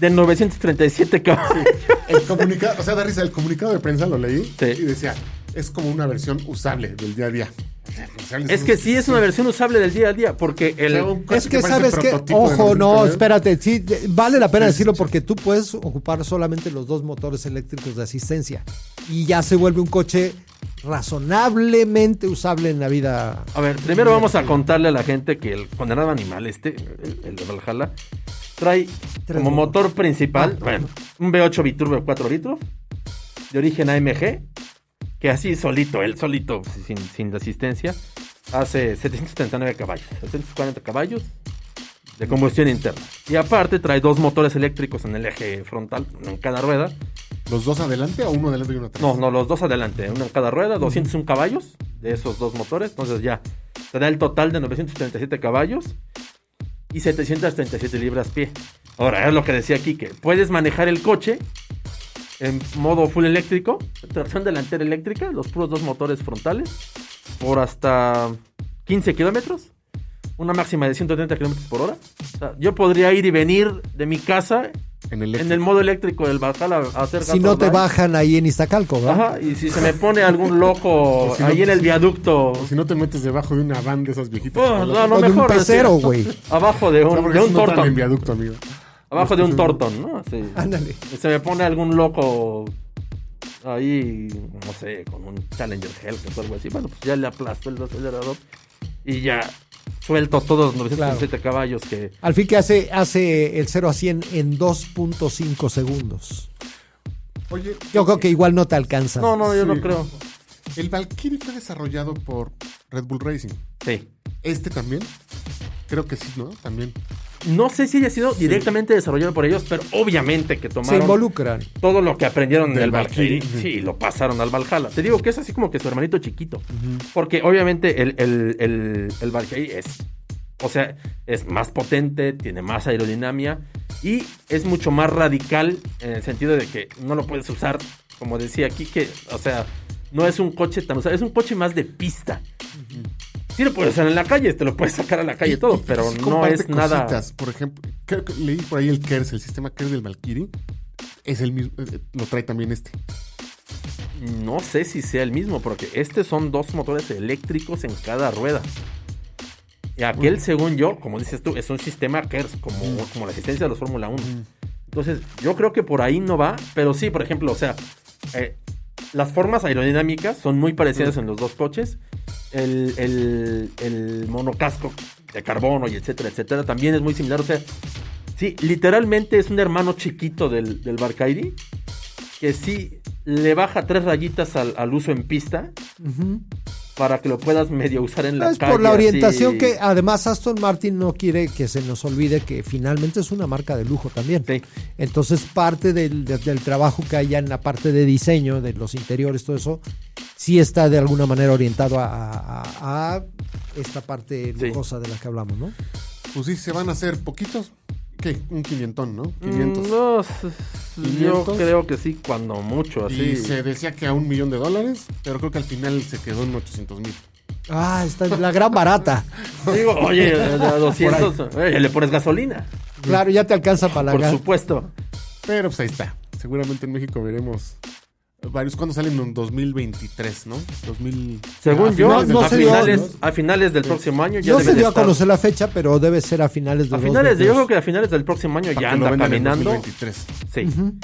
[SPEAKER 3] de 937 caballos.
[SPEAKER 4] El comunicado, o sea, da risa, el comunicado de prensa lo leí
[SPEAKER 3] Sí.
[SPEAKER 4] y decía, es como una versión usable del día a día.
[SPEAKER 3] Es que sí es una versión usable del día al día, porque el...
[SPEAKER 4] O sea, un coche
[SPEAKER 2] Es que
[SPEAKER 4] parece
[SPEAKER 2] sabes que,
[SPEAKER 4] prototipo de
[SPEAKER 2] ojo,
[SPEAKER 4] nuestro
[SPEAKER 2] no,
[SPEAKER 4] avión.
[SPEAKER 2] espérate, sí, de- vale la pena
[SPEAKER 4] Sí, sí,
[SPEAKER 2] decirlo
[SPEAKER 4] sí.
[SPEAKER 2] porque tú puedes ocupar solamente los dos motores eléctricos de asistencia y ya se vuelve un coche razonablemente usable en la vida.
[SPEAKER 3] A ver, primero vamos a contarle a la gente que el condenado animal este, el, el de Valhalla, trae
[SPEAKER 2] Tres
[SPEAKER 3] como
[SPEAKER 2] motos. Ah,
[SPEAKER 3] motor principal, bueno, un V8 Biturbo de 4 litros, de origen AMG, que así solito, él solito, sin, sin asistencia, hace 739 caballos, 740 caballos de combustión interna. Y aparte trae dos motores eléctricos en el eje frontal, uno en cada rueda.
[SPEAKER 4] ¿Los dos adelante o uno adelante y uno atrás?
[SPEAKER 3] No, no, los dos adelante, uno en cada rueda, 201 caballos de esos dos motores, entonces ya te da el total de 937 caballos y 737 libras pie. Ahora, es lo que decía aquí, que puedes manejar el coche en modo full eléctrico, tracción delantera eléctrica, los puros dos motores frontales, por hasta 15 kilómetros, una máxima de 130 kilómetros por hora. O sea, yo podría ir y venir de mi casa
[SPEAKER 4] En el,
[SPEAKER 3] en el modo eléctrico del Valhalla a hacer
[SPEAKER 2] Si
[SPEAKER 3] gasto
[SPEAKER 2] no te
[SPEAKER 3] online.
[SPEAKER 2] bajan ahí en Iztacalco, ¿verdad?
[SPEAKER 3] Ajá, y si se me pone algún loco
[SPEAKER 4] O si no- pues
[SPEAKER 3] ahí en el viaducto,
[SPEAKER 4] Si no te metes debajo de una van de esas viejitas.
[SPEAKER 3] Oh,
[SPEAKER 4] que
[SPEAKER 3] no, no.
[SPEAKER 2] O de un
[SPEAKER 3] mejor
[SPEAKER 2] pecero,
[SPEAKER 3] decir-
[SPEAKER 2] güey.
[SPEAKER 3] abajo de
[SPEAKER 4] No,
[SPEAKER 3] un,
[SPEAKER 4] porque
[SPEAKER 3] de
[SPEAKER 4] esos
[SPEAKER 3] un
[SPEAKER 4] no están en
[SPEAKER 3] tortón,
[SPEAKER 4] viaducto, pues, amigo.
[SPEAKER 3] abajo de un tortón, ¿no? Así.
[SPEAKER 2] Ándale.
[SPEAKER 3] Y Se me pone algún loco ahí, no sé, con un Challenger Hellcat o algo así. Bueno, pues ya le aplastó el acelerador y ya suelto todos los 937 caballos que...
[SPEAKER 2] Al fin que hace, hace el 0 a 100 en 2.5 segundos.
[SPEAKER 4] Oye,
[SPEAKER 2] Yo creo que igual no te alcanza.
[SPEAKER 3] No, no, yo no
[SPEAKER 4] Ah, Sí.
[SPEAKER 3] creo.
[SPEAKER 4] el Valkyrie fue desarrollado por Red Bull Racing.
[SPEAKER 3] Sí.
[SPEAKER 4] ¿Este también? Creo que sí, ¿no? También.
[SPEAKER 3] No sé si haya sido directamente desarrollado por ellos, pero obviamente que
[SPEAKER 2] Se
[SPEAKER 3] tomaron...
[SPEAKER 2] involucran.
[SPEAKER 3] todo lo que aprendieron
[SPEAKER 4] Del
[SPEAKER 3] del Valkyrie,
[SPEAKER 4] Valkyrie.
[SPEAKER 3] sí, lo pasaron al Valhalla. Te digo que es así como que su hermanito chiquito. Porque obviamente el, el, el, el Valkyrie es. O sea, es más potente, tiene más aerodinámica y es mucho más radical en el sentido de que no lo puedes usar, como decía aquí, que, o sea, no es un coche tan usado, es un coche más de pista. Sí lo puedes usar en la calle, te lo puedes sacar a la calle y
[SPEAKER 4] Y-
[SPEAKER 3] todo,
[SPEAKER 4] y
[SPEAKER 3] pero
[SPEAKER 4] sí
[SPEAKER 3] no
[SPEAKER 4] comparte
[SPEAKER 3] es nada.
[SPEAKER 4] cositas. Por ejemplo, creo que leí por ahí el KERS, el sistema KERS del Valkyrie. Es el mismo, eh, lo trae también este.
[SPEAKER 3] No sé si sea el mismo, porque este son dos motores eléctricos en cada rueda. Y aquel, según yo, como dices tú, es un sistema KERS, como, como la asistencia de los Fórmula 1. Entonces, yo creo que por ahí no va, pero sí, por ejemplo, o sea, eh, las formas aerodinámicas son muy parecidas en los dos coches. El, el- el monocasco de carbono y etcétera, etcétera, también es muy similar. O sea, sí, literalmente es un hermano chiquito del, del Barcaidi que sí le baja tres rayitas al, al uso en pista
[SPEAKER 2] Ujú.
[SPEAKER 3] para que lo puedas medio usar en la
[SPEAKER 2] Es
[SPEAKER 3] calle.
[SPEAKER 2] por la
[SPEAKER 3] así.
[SPEAKER 2] orientación que además Aston Martin no quiere que se nos olvide que finalmente es una marca de lujo también.
[SPEAKER 3] Sí.
[SPEAKER 2] Entonces parte del, de- del trabajo que haya en la parte de diseño, de los interiores, todo eso, sí está de alguna manera orientado a, a- a esta parte
[SPEAKER 3] Sí.
[SPEAKER 2] lujosa de la que hablamos, ¿no?
[SPEAKER 4] Pues sí, se van a hacer poquitos. ¿Qué? Un quinientón, ¿no?
[SPEAKER 3] Mm,
[SPEAKER 4] 500.
[SPEAKER 3] no, s- s- yo
[SPEAKER 4] 500.
[SPEAKER 3] creo que sí, cuando mucho, así.
[SPEAKER 4] Y se decía que a un millón de dólares, pero creo que al final se quedó en 800 mil.
[SPEAKER 2] Ah, está la gran barata.
[SPEAKER 3] Digo, oye, a 200, eh, le pones gasolina,
[SPEAKER 2] Claro, ya te alcanza para la
[SPEAKER 3] por
[SPEAKER 2] gran-
[SPEAKER 3] supuesto.
[SPEAKER 4] Pero pues ahí está. Seguramente en México veremos varios. ¿Cuándo salen? En 2023, ¿no? 2000.
[SPEAKER 3] Según
[SPEAKER 4] a
[SPEAKER 3] yo,
[SPEAKER 4] finales
[SPEAKER 2] no
[SPEAKER 4] del-
[SPEAKER 3] a,
[SPEAKER 2] se dio,
[SPEAKER 3] finales,
[SPEAKER 4] ¿no?
[SPEAKER 3] a finales del próximo año ya
[SPEAKER 2] No
[SPEAKER 3] debe
[SPEAKER 2] se
[SPEAKER 3] de
[SPEAKER 2] dio a
[SPEAKER 3] estar.
[SPEAKER 2] conocer la fecha, pero debe ser a finales de
[SPEAKER 3] A finales, de- yo
[SPEAKER 2] 2022.
[SPEAKER 3] creo que a finales del próximo año
[SPEAKER 4] Para
[SPEAKER 3] ya
[SPEAKER 4] que lo
[SPEAKER 3] anda
[SPEAKER 4] vendan en
[SPEAKER 3] caminando.
[SPEAKER 4] 2023.
[SPEAKER 3] Sí.
[SPEAKER 2] Ujú.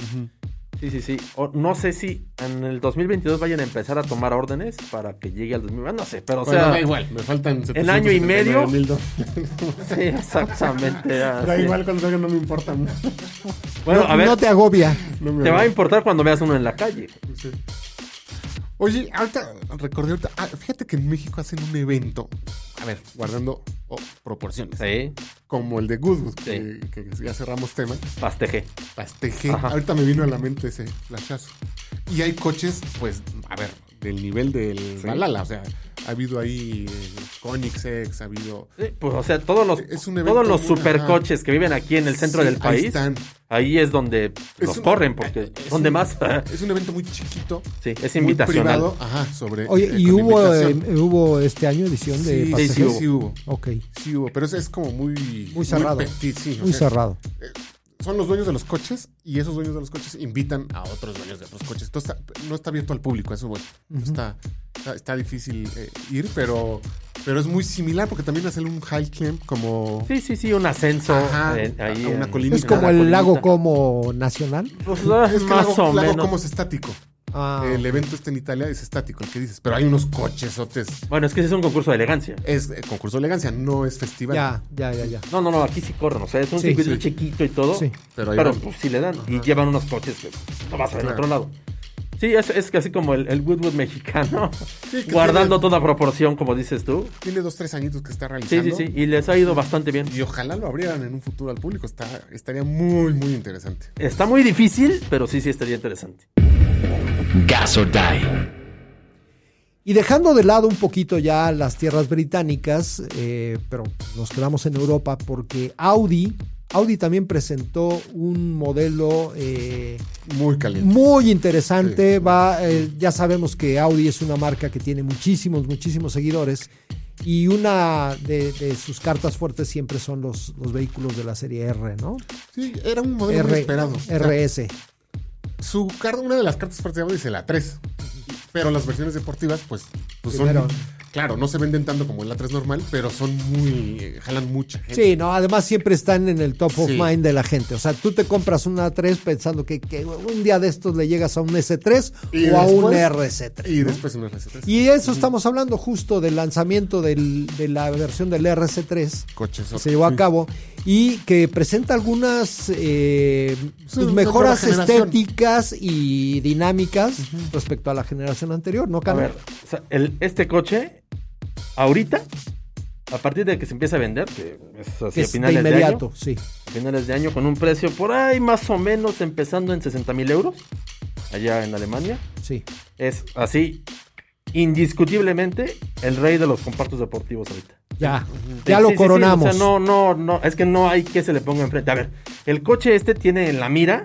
[SPEAKER 3] Sí, sí, sí. O- no sé si en el 2022 vayan a empezar a tomar órdenes para que llegue al 2022. No sé, pero o
[SPEAKER 4] Bueno,
[SPEAKER 3] sea.
[SPEAKER 4] da igual, me faltan
[SPEAKER 3] el año y
[SPEAKER 4] 779
[SPEAKER 3] medio.
[SPEAKER 4] mil dólares.
[SPEAKER 3] Sí, exactamente. así.
[SPEAKER 4] Da igual cuando salga, no me importa. No
[SPEAKER 3] Bueno,
[SPEAKER 2] No-
[SPEAKER 3] a ver,
[SPEAKER 2] no te agobia.
[SPEAKER 3] te va a
[SPEAKER 4] me importa.
[SPEAKER 3] importar cuando veas uno en la calle.
[SPEAKER 4] Sí. Oye, ahorita recordé ahorita. ah, fíjate que en México hacen un evento. A ver, guardando oh, proporciones.
[SPEAKER 3] Sí,
[SPEAKER 4] Como el de Goodwood,
[SPEAKER 3] Sí.
[SPEAKER 4] que, que ya cerramos tema.
[SPEAKER 3] pasteje.
[SPEAKER 4] Pasteje.
[SPEAKER 3] Ajá.
[SPEAKER 4] Ahorita me vino a la mente ese flashazo. Y hay coches, pues, a ver, del nivel del Valhalla. O sea, ha habido ahí Conix X, ha habido.
[SPEAKER 3] Sí, pues, o sea, todos los,
[SPEAKER 4] Es un evento
[SPEAKER 3] todos los
[SPEAKER 4] muy-
[SPEAKER 3] supercoches que viven aquí en el centro
[SPEAKER 4] Sí,
[SPEAKER 3] del país,
[SPEAKER 4] Ahí
[SPEAKER 3] ahí,
[SPEAKER 4] están.
[SPEAKER 3] es donde
[SPEAKER 4] Es
[SPEAKER 3] los
[SPEAKER 4] un- eh,
[SPEAKER 3] corren, porque
[SPEAKER 4] es
[SPEAKER 3] ¿dónde
[SPEAKER 4] un-
[SPEAKER 3] más?
[SPEAKER 4] Es un evento muy chiquito.
[SPEAKER 3] sí, es
[SPEAKER 4] muy
[SPEAKER 3] invitacional.
[SPEAKER 4] privado. Ajá, sobre.
[SPEAKER 2] Oye,
[SPEAKER 4] eh,
[SPEAKER 2] ¿y
[SPEAKER 4] con
[SPEAKER 2] hubo,
[SPEAKER 4] invitación.
[SPEAKER 2] eh, hubo este año edición de
[SPEAKER 4] sí,
[SPEAKER 2] Paseo?
[SPEAKER 4] sí,
[SPEAKER 3] hubo.
[SPEAKER 4] sí hubo.
[SPEAKER 2] Ok,
[SPEAKER 4] Sí hubo, pero ese es como muy...
[SPEAKER 2] Muy cerrado.
[SPEAKER 4] petit, sí, o
[SPEAKER 2] muy
[SPEAKER 4] sea,
[SPEAKER 2] cerrado.
[SPEAKER 4] Son los dueños de los coches y esos dueños de los coches invitan a otros dueños de otros coches. Entonces, está- no está abierto al público, eso voy. No
[SPEAKER 2] Ujú.
[SPEAKER 4] está... está, está difícil eh, ir, pero, pero es muy similar porque también hacen un high climb como...
[SPEAKER 3] Sí, sí, sí, un ascenso.
[SPEAKER 4] Ajá,
[SPEAKER 3] en-
[SPEAKER 4] a-
[SPEAKER 3] ahí
[SPEAKER 4] a una
[SPEAKER 3] en-
[SPEAKER 4] colina.
[SPEAKER 2] Es
[SPEAKER 4] Ni
[SPEAKER 2] como
[SPEAKER 3] nada,
[SPEAKER 2] el
[SPEAKER 3] colina.
[SPEAKER 2] lago como nacional.
[SPEAKER 3] Pues, ah,
[SPEAKER 4] Es que
[SPEAKER 3] más
[SPEAKER 4] el lago,
[SPEAKER 3] o
[SPEAKER 4] lago
[SPEAKER 3] menos.
[SPEAKER 4] como es estático.
[SPEAKER 2] Ah,
[SPEAKER 4] El evento está en Italia, es estático, el que dices. Pero hay unos cochesotes.
[SPEAKER 3] Bueno, es que ese es un concurso de elegancia.
[SPEAKER 4] Es eh, concurso de elegancia, no es festival.
[SPEAKER 2] ya, ya, ya, ya.
[SPEAKER 3] No, no, no, aquí sí corren. O sea, es un
[SPEAKER 2] Sí,
[SPEAKER 3] circuito
[SPEAKER 4] sí.
[SPEAKER 3] chiquito y todo.
[SPEAKER 2] Sí.
[SPEAKER 4] Pero
[SPEAKER 3] Pero,
[SPEAKER 4] ahí van.
[SPEAKER 3] pues sí le dan. Y llevan unos coches que no vas a ver en
[SPEAKER 4] Claro.
[SPEAKER 3] otro lado. Sí, es, es casi como el, el Woodwood mexicano.
[SPEAKER 4] Sí, que
[SPEAKER 3] guardando
[SPEAKER 4] tiene-
[SPEAKER 3] toda proporción, como dices tú.
[SPEAKER 4] Tiene dos, tres añitos que está
[SPEAKER 3] Sí, sí,
[SPEAKER 4] realizando.
[SPEAKER 3] sí. Y les ha ido bastante bien.
[SPEAKER 4] Y ojalá lo abrieran en un futuro al público. Está, estaría muy, muy interesante.
[SPEAKER 3] Está muy difícil, pero sí, sí estaría interesante.
[SPEAKER 1] Gas or Die.
[SPEAKER 2] Y dejando de lado un poquito ya las tierras británicas, eh, pero nos quedamos en Europa porque Audi, Audi también presentó un modelo eh,
[SPEAKER 4] Muy caliente.
[SPEAKER 2] muy interesante. Va, eh, ya sabemos que Audi es una marca que tiene muchísimos, muchísimos seguidores. Y una de, de sus cartas fuertes siempre son los, los vehículos de la serie R, ¿no?
[SPEAKER 4] Sí, era un modelo muy
[SPEAKER 2] R,
[SPEAKER 4] esperado. O sea,
[SPEAKER 2] RS.
[SPEAKER 4] su carta, una de las cartas fuertes de Audi es el A3. Pero las versiones deportivas, pues, pues son.
[SPEAKER 2] Primero.
[SPEAKER 4] Claro, no se venden tanto como el A3 normal, pero son muy. eh, jalan mucha gente.
[SPEAKER 2] Sí, no, además siempre están en el top of
[SPEAKER 4] Sí.
[SPEAKER 2] mind de la gente. O sea, tú te compras una 3 pensando que, que un día de estos le llegas a un S3
[SPEAKER 4] Y
[SPEAKER 2] o a un
[SPEAKER 4] después-
[SPEAKER 2] RC3.
[SPEAKER 4] Y
[SPEAKER 2] ¿no?
[SPEAKER 4] después un RC3.
[SPEAKER 2] Y de eso estamos hablando justo del lanzamiento del- de la versión del RC3
[SPEAKER 4] coches.
[SPEAKER 2] que se llevó a cabo y que presenta algunas eh,
[SPEAKER 4] Sí,
[SPEAKER 2] pues,
[SPEAKER 4] de
[SPEAKER 2] mejoras
[SPEAKER 4] nueva generación.
[SPEAKER 2] estéticas y dinámicas respecto a la generación anterior, ¿no,
[SPEAKER 3] A
[SPEAKER 2] Cano?
[SPEAKER 3] ver, o sea, el- este coche, ahorita, a partir de que se empieza a vender, que es así
[SPEAKER 2] Que
[SPEAKER 3] a
[SPEAKER 2] es de
[SPEAKER 3] finales de,
[SPEAKER 2] inmediato,
[SPEAKER 3] año,
[SPEAKER 2] sí.
[SPEAKER 3] a finales de año, con un precio por ahí más o menos empezando en 60 mil euros, allá en Alemania,
[SPEAKER 2] Sí.
[SPEAKER 3] es así, indiscutiblemente, el rey de los compactos deportivos ahorita.
[SPEAKER 2] Ya,
[SPEAKER 3] Sí,
[SPEAKER 2] ya
[SPEAKER 3] sí,
[SPEAKER 2] lo
[SPEAKER 3] sí,
[SPEAKER 2] coronamos.
[SPEAKER 3] o sea, no, no, no, es que no hay que se le ponga enfrente. A ver, el coche este tiene en la mira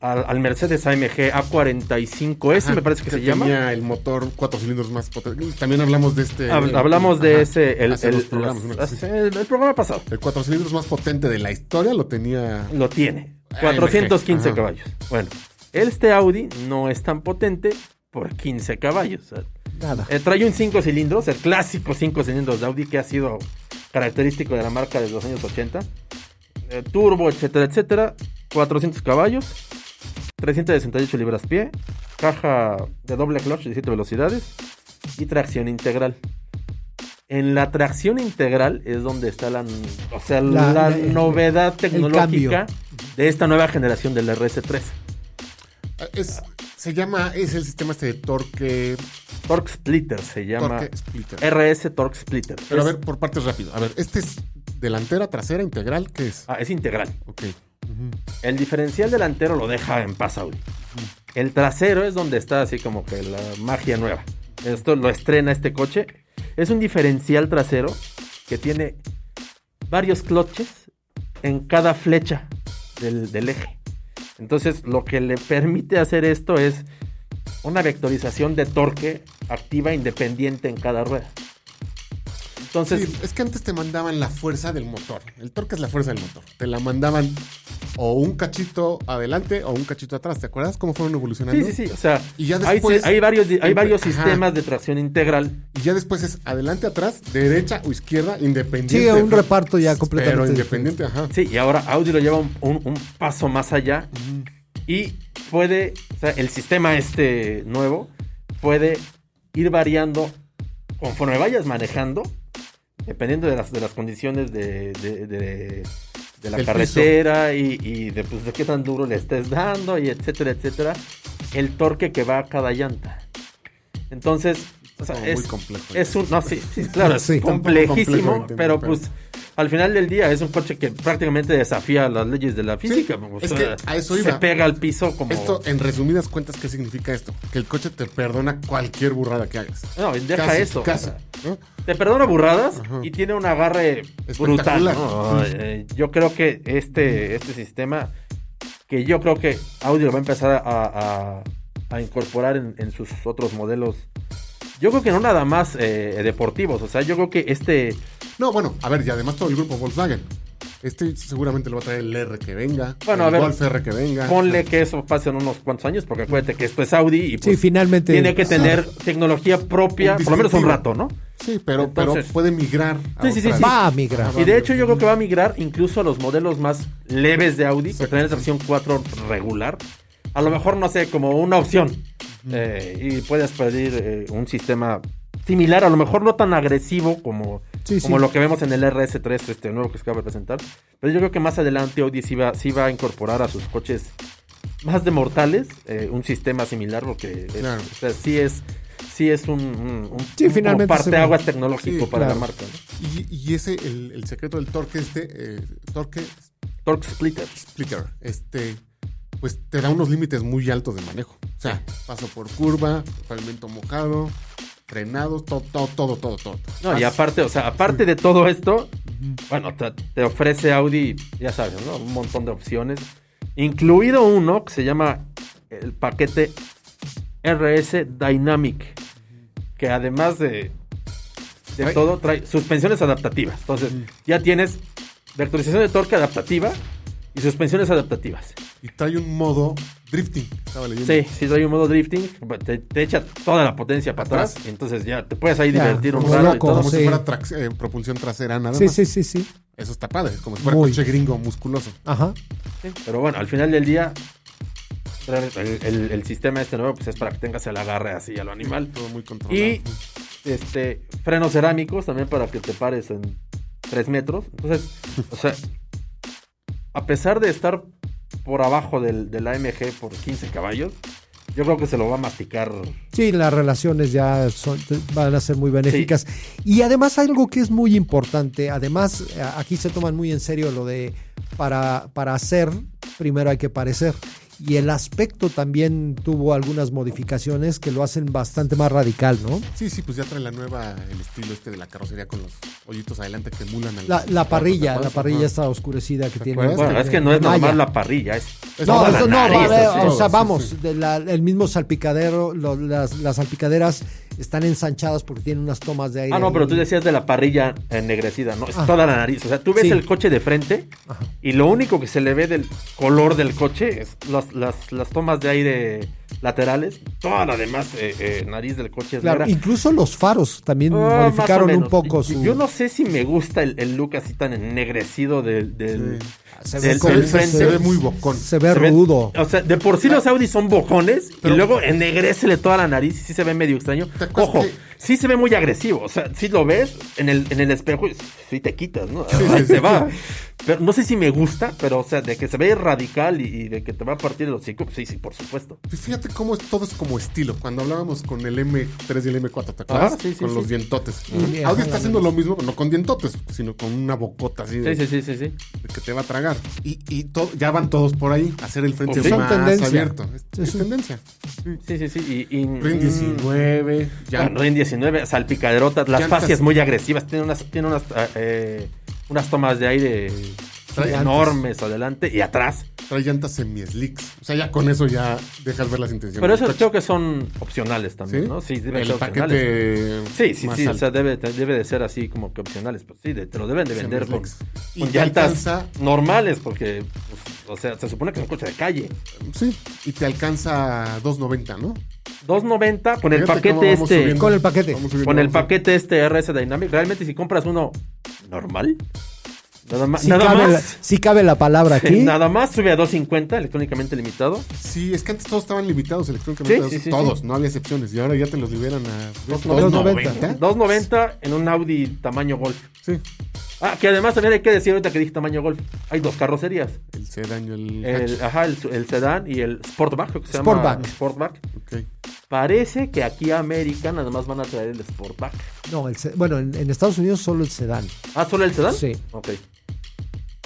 [SPEAKER 3] al, al Mercedes AMG A45S,
[SPEAKER 4] Ajá,
[SPEAKER 3] me parece que, se llama.
[SPEAKER 4] Tenía el motor cuatro cilindros más potente. También hablamos de este.
[SPEAKER 3] Hab- hablamos de
[SPEAKER 4] Ajá,
[SPEAKER 3] ese el,
[SPEAKER 4] hace
[SPEAKER 3] el-
[SPEAKER 4] dos programas, una cosa
[SPEAKER 3] las-
[SPEAKER 4] así.
[SPEAKER 3] el- el programa pasado
[SPEAKER 4] El cuatro cilindros más potente de la historia lo tenía.
[SPEAKER 3] lo tiene
[SPEAKER 4] AMG,
[SPEAKER 3] 415
[SPEAKER 4] ajá.
[SPEAKER 3] caballos bueno este Audi no es tan potente por 15 caballos O sea,
[SPEAKER 2] Nada.
[SPEAKER 3] eh, trae un 5 cilindros el clásico 5 cilindros de Audi que ha sido característico de la marca desde los años 80 Eh, turbo etcétera etcétera 400 caballos 368 libras pie caja de doble clutch de 7 velocidades y tracción integral. En la tracción integral es donde está la, o sea,
[SPEAKER 2] La-
[SPEAKER 3] la,
[SPEAKER 2] la- el-
[SPEAKER 3] novedad
[SPEAKER 2] cambio.
[SPEAKER 3] tecnológica de esta nueva generación del RS3.
[SPEAKER 4] Es, se llama. Es el sistema este de torque.
[SPEAKER 3] Torque Splitter se llama.
[SPEAKER 4] torque splitter.
[SPEAKER 3] RS Torque Splitter.
[SPEAKER 4] Pero a
[SPEAKER 3] es,
[SPEAKER 4] ver, por partes rápido. A ver, este es delantera, trasera, integral, ¿qué es?
[SPEAKER 3] ah, es integral.
[SPEAKER 4] Ok.
[SPEAKER 3] El diferencial delantero lo deja en paz Audi. El trasero es donde está así como que la magia nueva. Esto lo estrena este coche. Es un diferencial trasero que tiene varios cloches en cada flecha del, del eje. Entonces lo que le permite hacer esto es una vectorización de torque activa independiente en cada rueda. Entonces,
[SPEAKER 4] Sí, es que antes te mandaban la fuerza del motor. El torque es la fuerza del motor. Te la mandaban o un cachito adelante o un cachito atrás. ¿Te acuerdas cómo fueron evolucionando?
[SPEAKER 3] sí, sí, sí. O sea,
[SPEAKER 4] Y ya
[SPEAKER 3] hay-
[SPEAKER 4] después-
[SPEAKER 3] hay, varios, hay varios
[SPEAKER 4] Ajá.
[SPEAKER 3] sistemas de tracción integral
[SPEAKER 4] Y ya después es adelante, atrás, derecha o izquierda, independiente.
[SPEAKER 2] Sí, un reparto ya completamente
[SPEAKER 4] Pero independiente, ajá.
[SPEAKER 3] Sí, y ahora Audi lo lleva un, un- un paso más allá y puede, o sea, el sistema este nuevo puede ir variando conforme vayas manejando, dependiendo de las, de las condiciones de, de- de- de la
[SPEAKER 4] Del
[SPEAKER 3] carretera y, y de, pues, de qué tan duro le estés dando y etcétera, etcétera, el torque que va a cada llanta. Entonces, o sea,
[SPEAKER 4] Como
[SPEAKER 3] es,
[SPEAKER 4] muy complejo.
[SPEAKER 3] es un, no, sí, sí, claro, es
[SPEAKER 2] Sí, está
[SPEAKER 4] un poco complejo de
[SPEAKER 3] complejísimo,
[SPEAKER 4] entender,
[SPEAKER 3] pero
[SPEAKER 4] pero-
[SPEAKER 3] pues al final del día es un coche que prácticamente desafía las leyes de la física. o
[SPEAKER 4] es
[SPEAKER 3] sea,
[SPEAKER 4] que a eso
[SPEAKER 3] se
[SPEAKER 4] iba.
[SPEAKER 3] pega al piso como.
[SPEAKER 4] Esto, en resumidas cuentas, ¿qué significa esto? Que el coche te perdona cualquier burrada que hagas.
[SPEAKER 3] no, deja
[SPEAKER 4] Casi,
[SPEAKER 3] eso.
[SPEAKER 4] casi,
[SPEAKER 3] o sea,
[SPEAKER 4] ¿no?
[SPEAKER 3] te perdona burradas y tiene un agarre brutal.
[SPEAKER 4] Espectacular.
[SPEAKER 3] ¿no? Eh, yo creo que este, este sistema, que yo creo que Audi lo va a empezar a, a- a incorporar en, en sus otros modelos. Yo creo que no nada más eh, deportivos. O sea, yo creo que este.
[SPEAKER 4] No, bueno, a ver, y además todo el grupo Volkswagen. Este seguramente lo va a traer el R que venga.
[SPEAKER 3] Bueno,
[SPEAKER 4] el
[SPEAKER 3] a ver,
[SPEAKER 4] Golf R que venga.
[SPEAKER 3] Ponle que eso pase en unos cuantos años, porque acuérdate que esto es Audi y
[SPEAKER 2] Sí,
[SPEAKER 3] pues,
[SPEAKER 2] finalmente.
[SPEAKER 3] tiene que tener tecnología propia,
[SPEAKER 4] Un
[SPEAKER 3] por lo menos un
[SPEAKER 4] distintivo.
[SPEAKER 3] rato, ¿no?
[SPEAKER 4] Sí, pero,
[SPEAKER 3] Entonces-
[SPEAKER 4] pero puede migrar. a
[SPEAKER 3] Sí, sí, sí,
[SPEAKER 4] otras.
[SPEAKER 3] sí.
[SPEAKER 2] Ah, Va a migrar.
[SPEAKER 3] Y de hecho yo creo que va a migrar incluso a los modelos más leves de Audi, que traen tracción 4 regular. A lo mejor, no sé, como una opción.
[SPEAKER 2] Mm.
[SPEAKER 3] Eh, y puedes pedir eh, un sistema similar, a lo mejor no tan agresivo como,
[SPEAKER 2] Sí,
[SPEAKER 3] como
[SPEAKER 2] sí.
[SPEAKER 3] lo que vemos en el RS3 este nuevo que se acaba de presentar. Pero yo creo que más adelante Audi sí va, sí va a incorporar a sus coches más de mortales eh, un sistema similar, porque es-
[SPEAKER 4] Claro.
[SPEAKER 3] o sea, sí es... Sí, es un, un, un-
[SPEAKER 2] Sí,
[SPEAKER 3] un
[SPEAKER 2] finalmente se va.
[SPEAKER 3] parteaguas tecnológico
[SPEAKER 4] Sí,
[SPEAKER 3] para
[SPEAKER 2] claro.
[SPEAKER 3] la marca. ¿no?
[SPEAKER 4] Y, y ese, el, el secreto del torque, este, eh, torque
[SPEAKER 3] Torque Splitter.
[SPEAKER 4] splitter, este, pues te da unos límites muy altos de manejo. O sea, paso por curva, pavimento mojado, frenado, todo, todo, todo, todo, todo.
[SPEAKER 3] No, y aparte, o sea, aparte de todo esto, bueno, te, te ofrece Audi, ya sabes, ¿no? Un montón de opciones, incluido uno que se llama el paquete RS Dynamic, que además de, de
[SPEAKER 4] Ay.
[SPEAKER 3] todo trae suspensiones adaptativas. Entonces, ya tienes vectorización de torque adaptativa y suspensiones adaptativas.
[SPEAKER 4] Y trae un modo drifting, estaba leyendo.
[SPEAKER 3] Sí, sí, trae un modo drifting, te, te echa toda la potencia para atrás,
[SPEAKER 4] Atrás.
[SPEAKER 3] entonces ya te puedes ahí
[SPEAKER 2] Ya,
[SPEAKER 3] divertir un
[SPEAKER 2] como
[SPEAKER 3] rato y
[SPEAKER 2] loco,
[SPEAKER 3] todo.
[SPEAKER 4] Como
[SPEAKER 2] Sí.
[SPEAKER 4] si fuera trax- eh, propulsión trasera, nada
[SPEAKER 2] Sí,
[SPEAKER 4] más.
[SPEAKER 2] sí, sí, sí.
[SPEAKER 4] Eso está padre, como si fuera
[SPEAKER 2] Muy.
[SPEAKER 4] coche gringo musculoso.
[SPEAKER 2] Ajá.
[SPEAKER 3] Pero bueno, al final del día, el, el- el sistema este nuevo pues es para que tengas el agarre así a lo animal.
[SPEAKER 4] Todo muy controlado.
[SPEAKER 3] Y este frenos cerámicos también para que te pares en 3 metros. Entonces, o sea, a pesar de estar por abajo del, del AMG por 15 caballos, yo creo que se lo va a masticar.
[SPEAKER 2] Sí, las relaciones ya son- van a ser muy benéficas. Y además algo que es muy importante, además a- aquí se toman muy en serio lo de para, para hacer, primero hay que parecer. Y el aspecto también tuvo algunas modificaciones que lo hacen bastante más radical, ¿no?
[SPEAKER 4] Sí, sí, pues ya trae la nueva, el estilo este de la carrocería con los hoyitos adelante que emulan al.
[SPEAKER 2] La, la parrilla,
[SPEAKER 4] Ajá.
[SPEAKER 2] la parrilla está oscurecida que tiene.
[SPEAKER 4] acuerdas?
[SPEAKER 3] Bueno,
[SPEAKER 2] este,
[SPEAKER 3] es que no es
[SPEAKER 2] de malla.
[SPEAKER 3] normal la parrilla, es.
[SPEAKER 4] Es
[SPEAKER 2] No,
[SPEAKER 3] toda la
[SPEAKER 2] esto no,
[SPEAKER 3] nariz,
[SPEAKER 2] va a haber,
[SPEAKER 3] así.
[SPEAKER 2] o sea,
[SPEAKER 4] Sí,
[SPEAKER 2] vamos,
[SPEAKER 4] sí.
[SPEAKER 2] de la- el mismo salpicadero, lo- las, las salpicaderas están ensanchadas porque tienen unas tomas de aire.
[SPEAKER 3] Ah, no,
[SPEAKER 2] ahí.
[SPEAKER 3] pero tú decías de la parrilla ennegrecida, ¿no? Es
[SPEAKER 2] Ajá.
[SPEAKER 3] toda la nariz. O sea, tú ves
[SPEAKER 2] Sí.
[SPEAKER 3] el coche de frente
[SPEAKER 2] Ajá.
[SPEAKER 3] y lo único que se le ve del color del coche es las, las- las tomas de aire laterales. Toda la demás eh, eh, nariz del coche es
[SPEAKER 2] Claro,
[SPEAKER 3] negra.
[SPEAKER 2] incluso los faros también
[SPEAKER 3] Ah, más o
[SPEAKER 2] modificaron un
[SPEAKER 3] menos.
[SPEAKER 2] poco
[SPEAKER 3] Y-
[SPEAKER 2] su.
[SPEAKER 3] Yo no sé si me gusta el, el look así tan ennegrecido del... del-
[SPEAKER 4] Sí.
[SPEAKER 2] Ah, se
[SPEAKER 3] del-
[SPEAKER 2] como-
[SPEAKER 3] del
[SPEAKER 4] Se, se-
[SPEAKER 3] frente.
[SPEAKER 4] se ve muy bocón.
[SPEAKER 2] se ve
[SPEAKER 3] se ve- Ah,
[SPEAKER 2] rudo.
[SPEAKER 3] o sea, de por sí los Audi son bojones
[SPEAKER 4] Pero-
[SPEAKER 3] y luego ennegrécele toda la nariz y sí se ve medio extraño.
[SPEAKER 4] ¿Te acuerdas
[SPEAKER 3] Ojo,
[SPEAKER 4] que-
[SPEAKER 3] sí se ve muy agresivo. O sea, sí lo ves en el, en el espejo y sí te quitas, ¿no?
[SPEAKER 4] Sí, sí,
[SPEAKER 3] Te
[SPEAKER 4] sí.
[SPEAKER 3] va. Pero no sé si me gusta, pero o sea, de que se ve radical y, y de que te va a partir los hocico, pues sí, sí, por supuesto.
[SPEAKER 4] Pues Fíjate cómo es, todo es como estilo. Cuando hablábamos con el M3 y el M4, ¿te acuerdas?
[SPEAKER 3] Ajá, Ah, sí, sí,
[SPEAKER 4] con
[SPEAKER 3] sí.
[SPEAKER 4] los dientotes.
[SPEAKER 2] Ujú.
[SPEAKER 4] Audi está haciendo lo mismo, no con dientotes, sino con una bocota así de,
[SPEAKER 3] Sí, sí, sí, sí, sí.
[SPEAKER 4] de que te va a tragar. Y, y to- ya van todos por ahí a hacer el frente
[SPEAKER 3] Pues sí.
[SPEAKER 4] más
[SPEAKER 2] Son tendencia.
[SPEAKER 4] abierto. Es,
[SPEAKER 2] Sí,
[SPEAKER 4] es
[SPEAKER 2] sí.
[SPEAKER 4] tendencia.
[SPEAKER 3] Sí, sí, sí. Y, y-
[SPEAKER 4] Rin 19, ya.
[SPEAKER 3] Bueno, Rin 19, salpicaderotas, las
[SPEAKER 4] Llantas.
[SPEAKER 3] fascias muy agresivas, tiene unas, tiene unas, ah, eh, unas tomas de aire
[SPEAKER 4] Trae
[SPEAKER 3] enormes adelante y atrás.
[SPEAKER 4] Trae llantas semi-slicks. O sea, ya con eso ya dejas ver las intenciones.
[SPEAKER 3] Pero
[SPEAKER 4] del
[SPEAKER 3] eso
[SPEAKER 4] coche.
[SPEAKER 3] creo que son opcionales también,
[SPEAKER 4] ¿Sí?
[SPEAKER 3] ¿no? Sí, deben ser
[SPEAKER 4] El
[SPEAKER 3] opcionales.
[SPEAKER 4] paquete.
[SPEAKER 3] Sí, sí,
[SPEAKER 4] más
[SPEAKER 3] sí, o
[SPEAKER 4] alto.
[SPEAKER 3] sea, debe, te- debe de ser así como que opcionales. Pues sí, de- te lo deben de
[SPEAKER 4] Sí,
[SPEAKER 3] vender con,
[SPEAKER 4] Netflix. Y
[SPEAKER 3] con
[SPEAKER 4] te
[SPEAKER 3] llantas
[SPEAKER 4] alcanza-
[SPEAKER 3] normales, porque, pues, o sea, se supone que es un coche de calle.
[SPEAKER 4] Sí, y te alcanza 2.90, ¿no?
[SPEAKER 3] 2.90 con el
[SPEAKER 4] Fíjate cómo
[SPEAKER 3] paquete
[SPEAKER 4] vamos
[SPEAKER 3] este.
[SPEAKER 4] subiendo.
[SPEAKER 2] Con el paquete.
[SPEAKER 4] Vamos subiendo,
[SPEAKER 3] Con el
[SPEAKER 4] vamos subiendo.
[SPEAKER 3] paquete este RS Dynamic, realmente si compras uno normal, nada más,
[SPEAKER 2] si,
[SPEAKER 3] nada,
[SPEAKER 2] cabe la,
[SPEAKER 3] más
[SPEAKER 2] sí cabe la palabra aquí.
[SPEAKER 3] nada más sube a 250 electrónicamente limitado.
[SPEAKER 4] Sí, es que antes todos estaban limitados electrónicamente.
[SPEAKER 3] Sí, sí, sí,
[SPEAKER 4] todos,
[SPEAKER 3] sí.
[SPEAKER 4] no había excepciones. Y ahora ya te los liberan a ¿eh?
[SPEAKER 2] 2.90.
[SPEAKER 3] 290 en un Audi tamaño Golf.
[SPEAKER 4] Sí,
[SPEAKER 3] Ah, que además también hay que decir ahorita que dije tamaño Golf. Hay dos carrocerías,
[SPEAKER 4] el sedán y el, hatch.
[SPEAKER 3] el, ajá, el, el sedán y el Sportback, creo que se llama
[SPEAKER 2] Sportback.
[SPEAKER 3] Sportback.
[SPEAKER 4] Ok.
[SPEAKER 3] Parece que aquí a American nada más van a traer el Sportback.
[SPEAKER 2] No, el se- bueno, en, en Estados Unidos solo el sedán.
[SPEAKER 3] Ah, solo el sedán?
[SPEAKER 2] Sí.
[SPEAKER 3] Ok.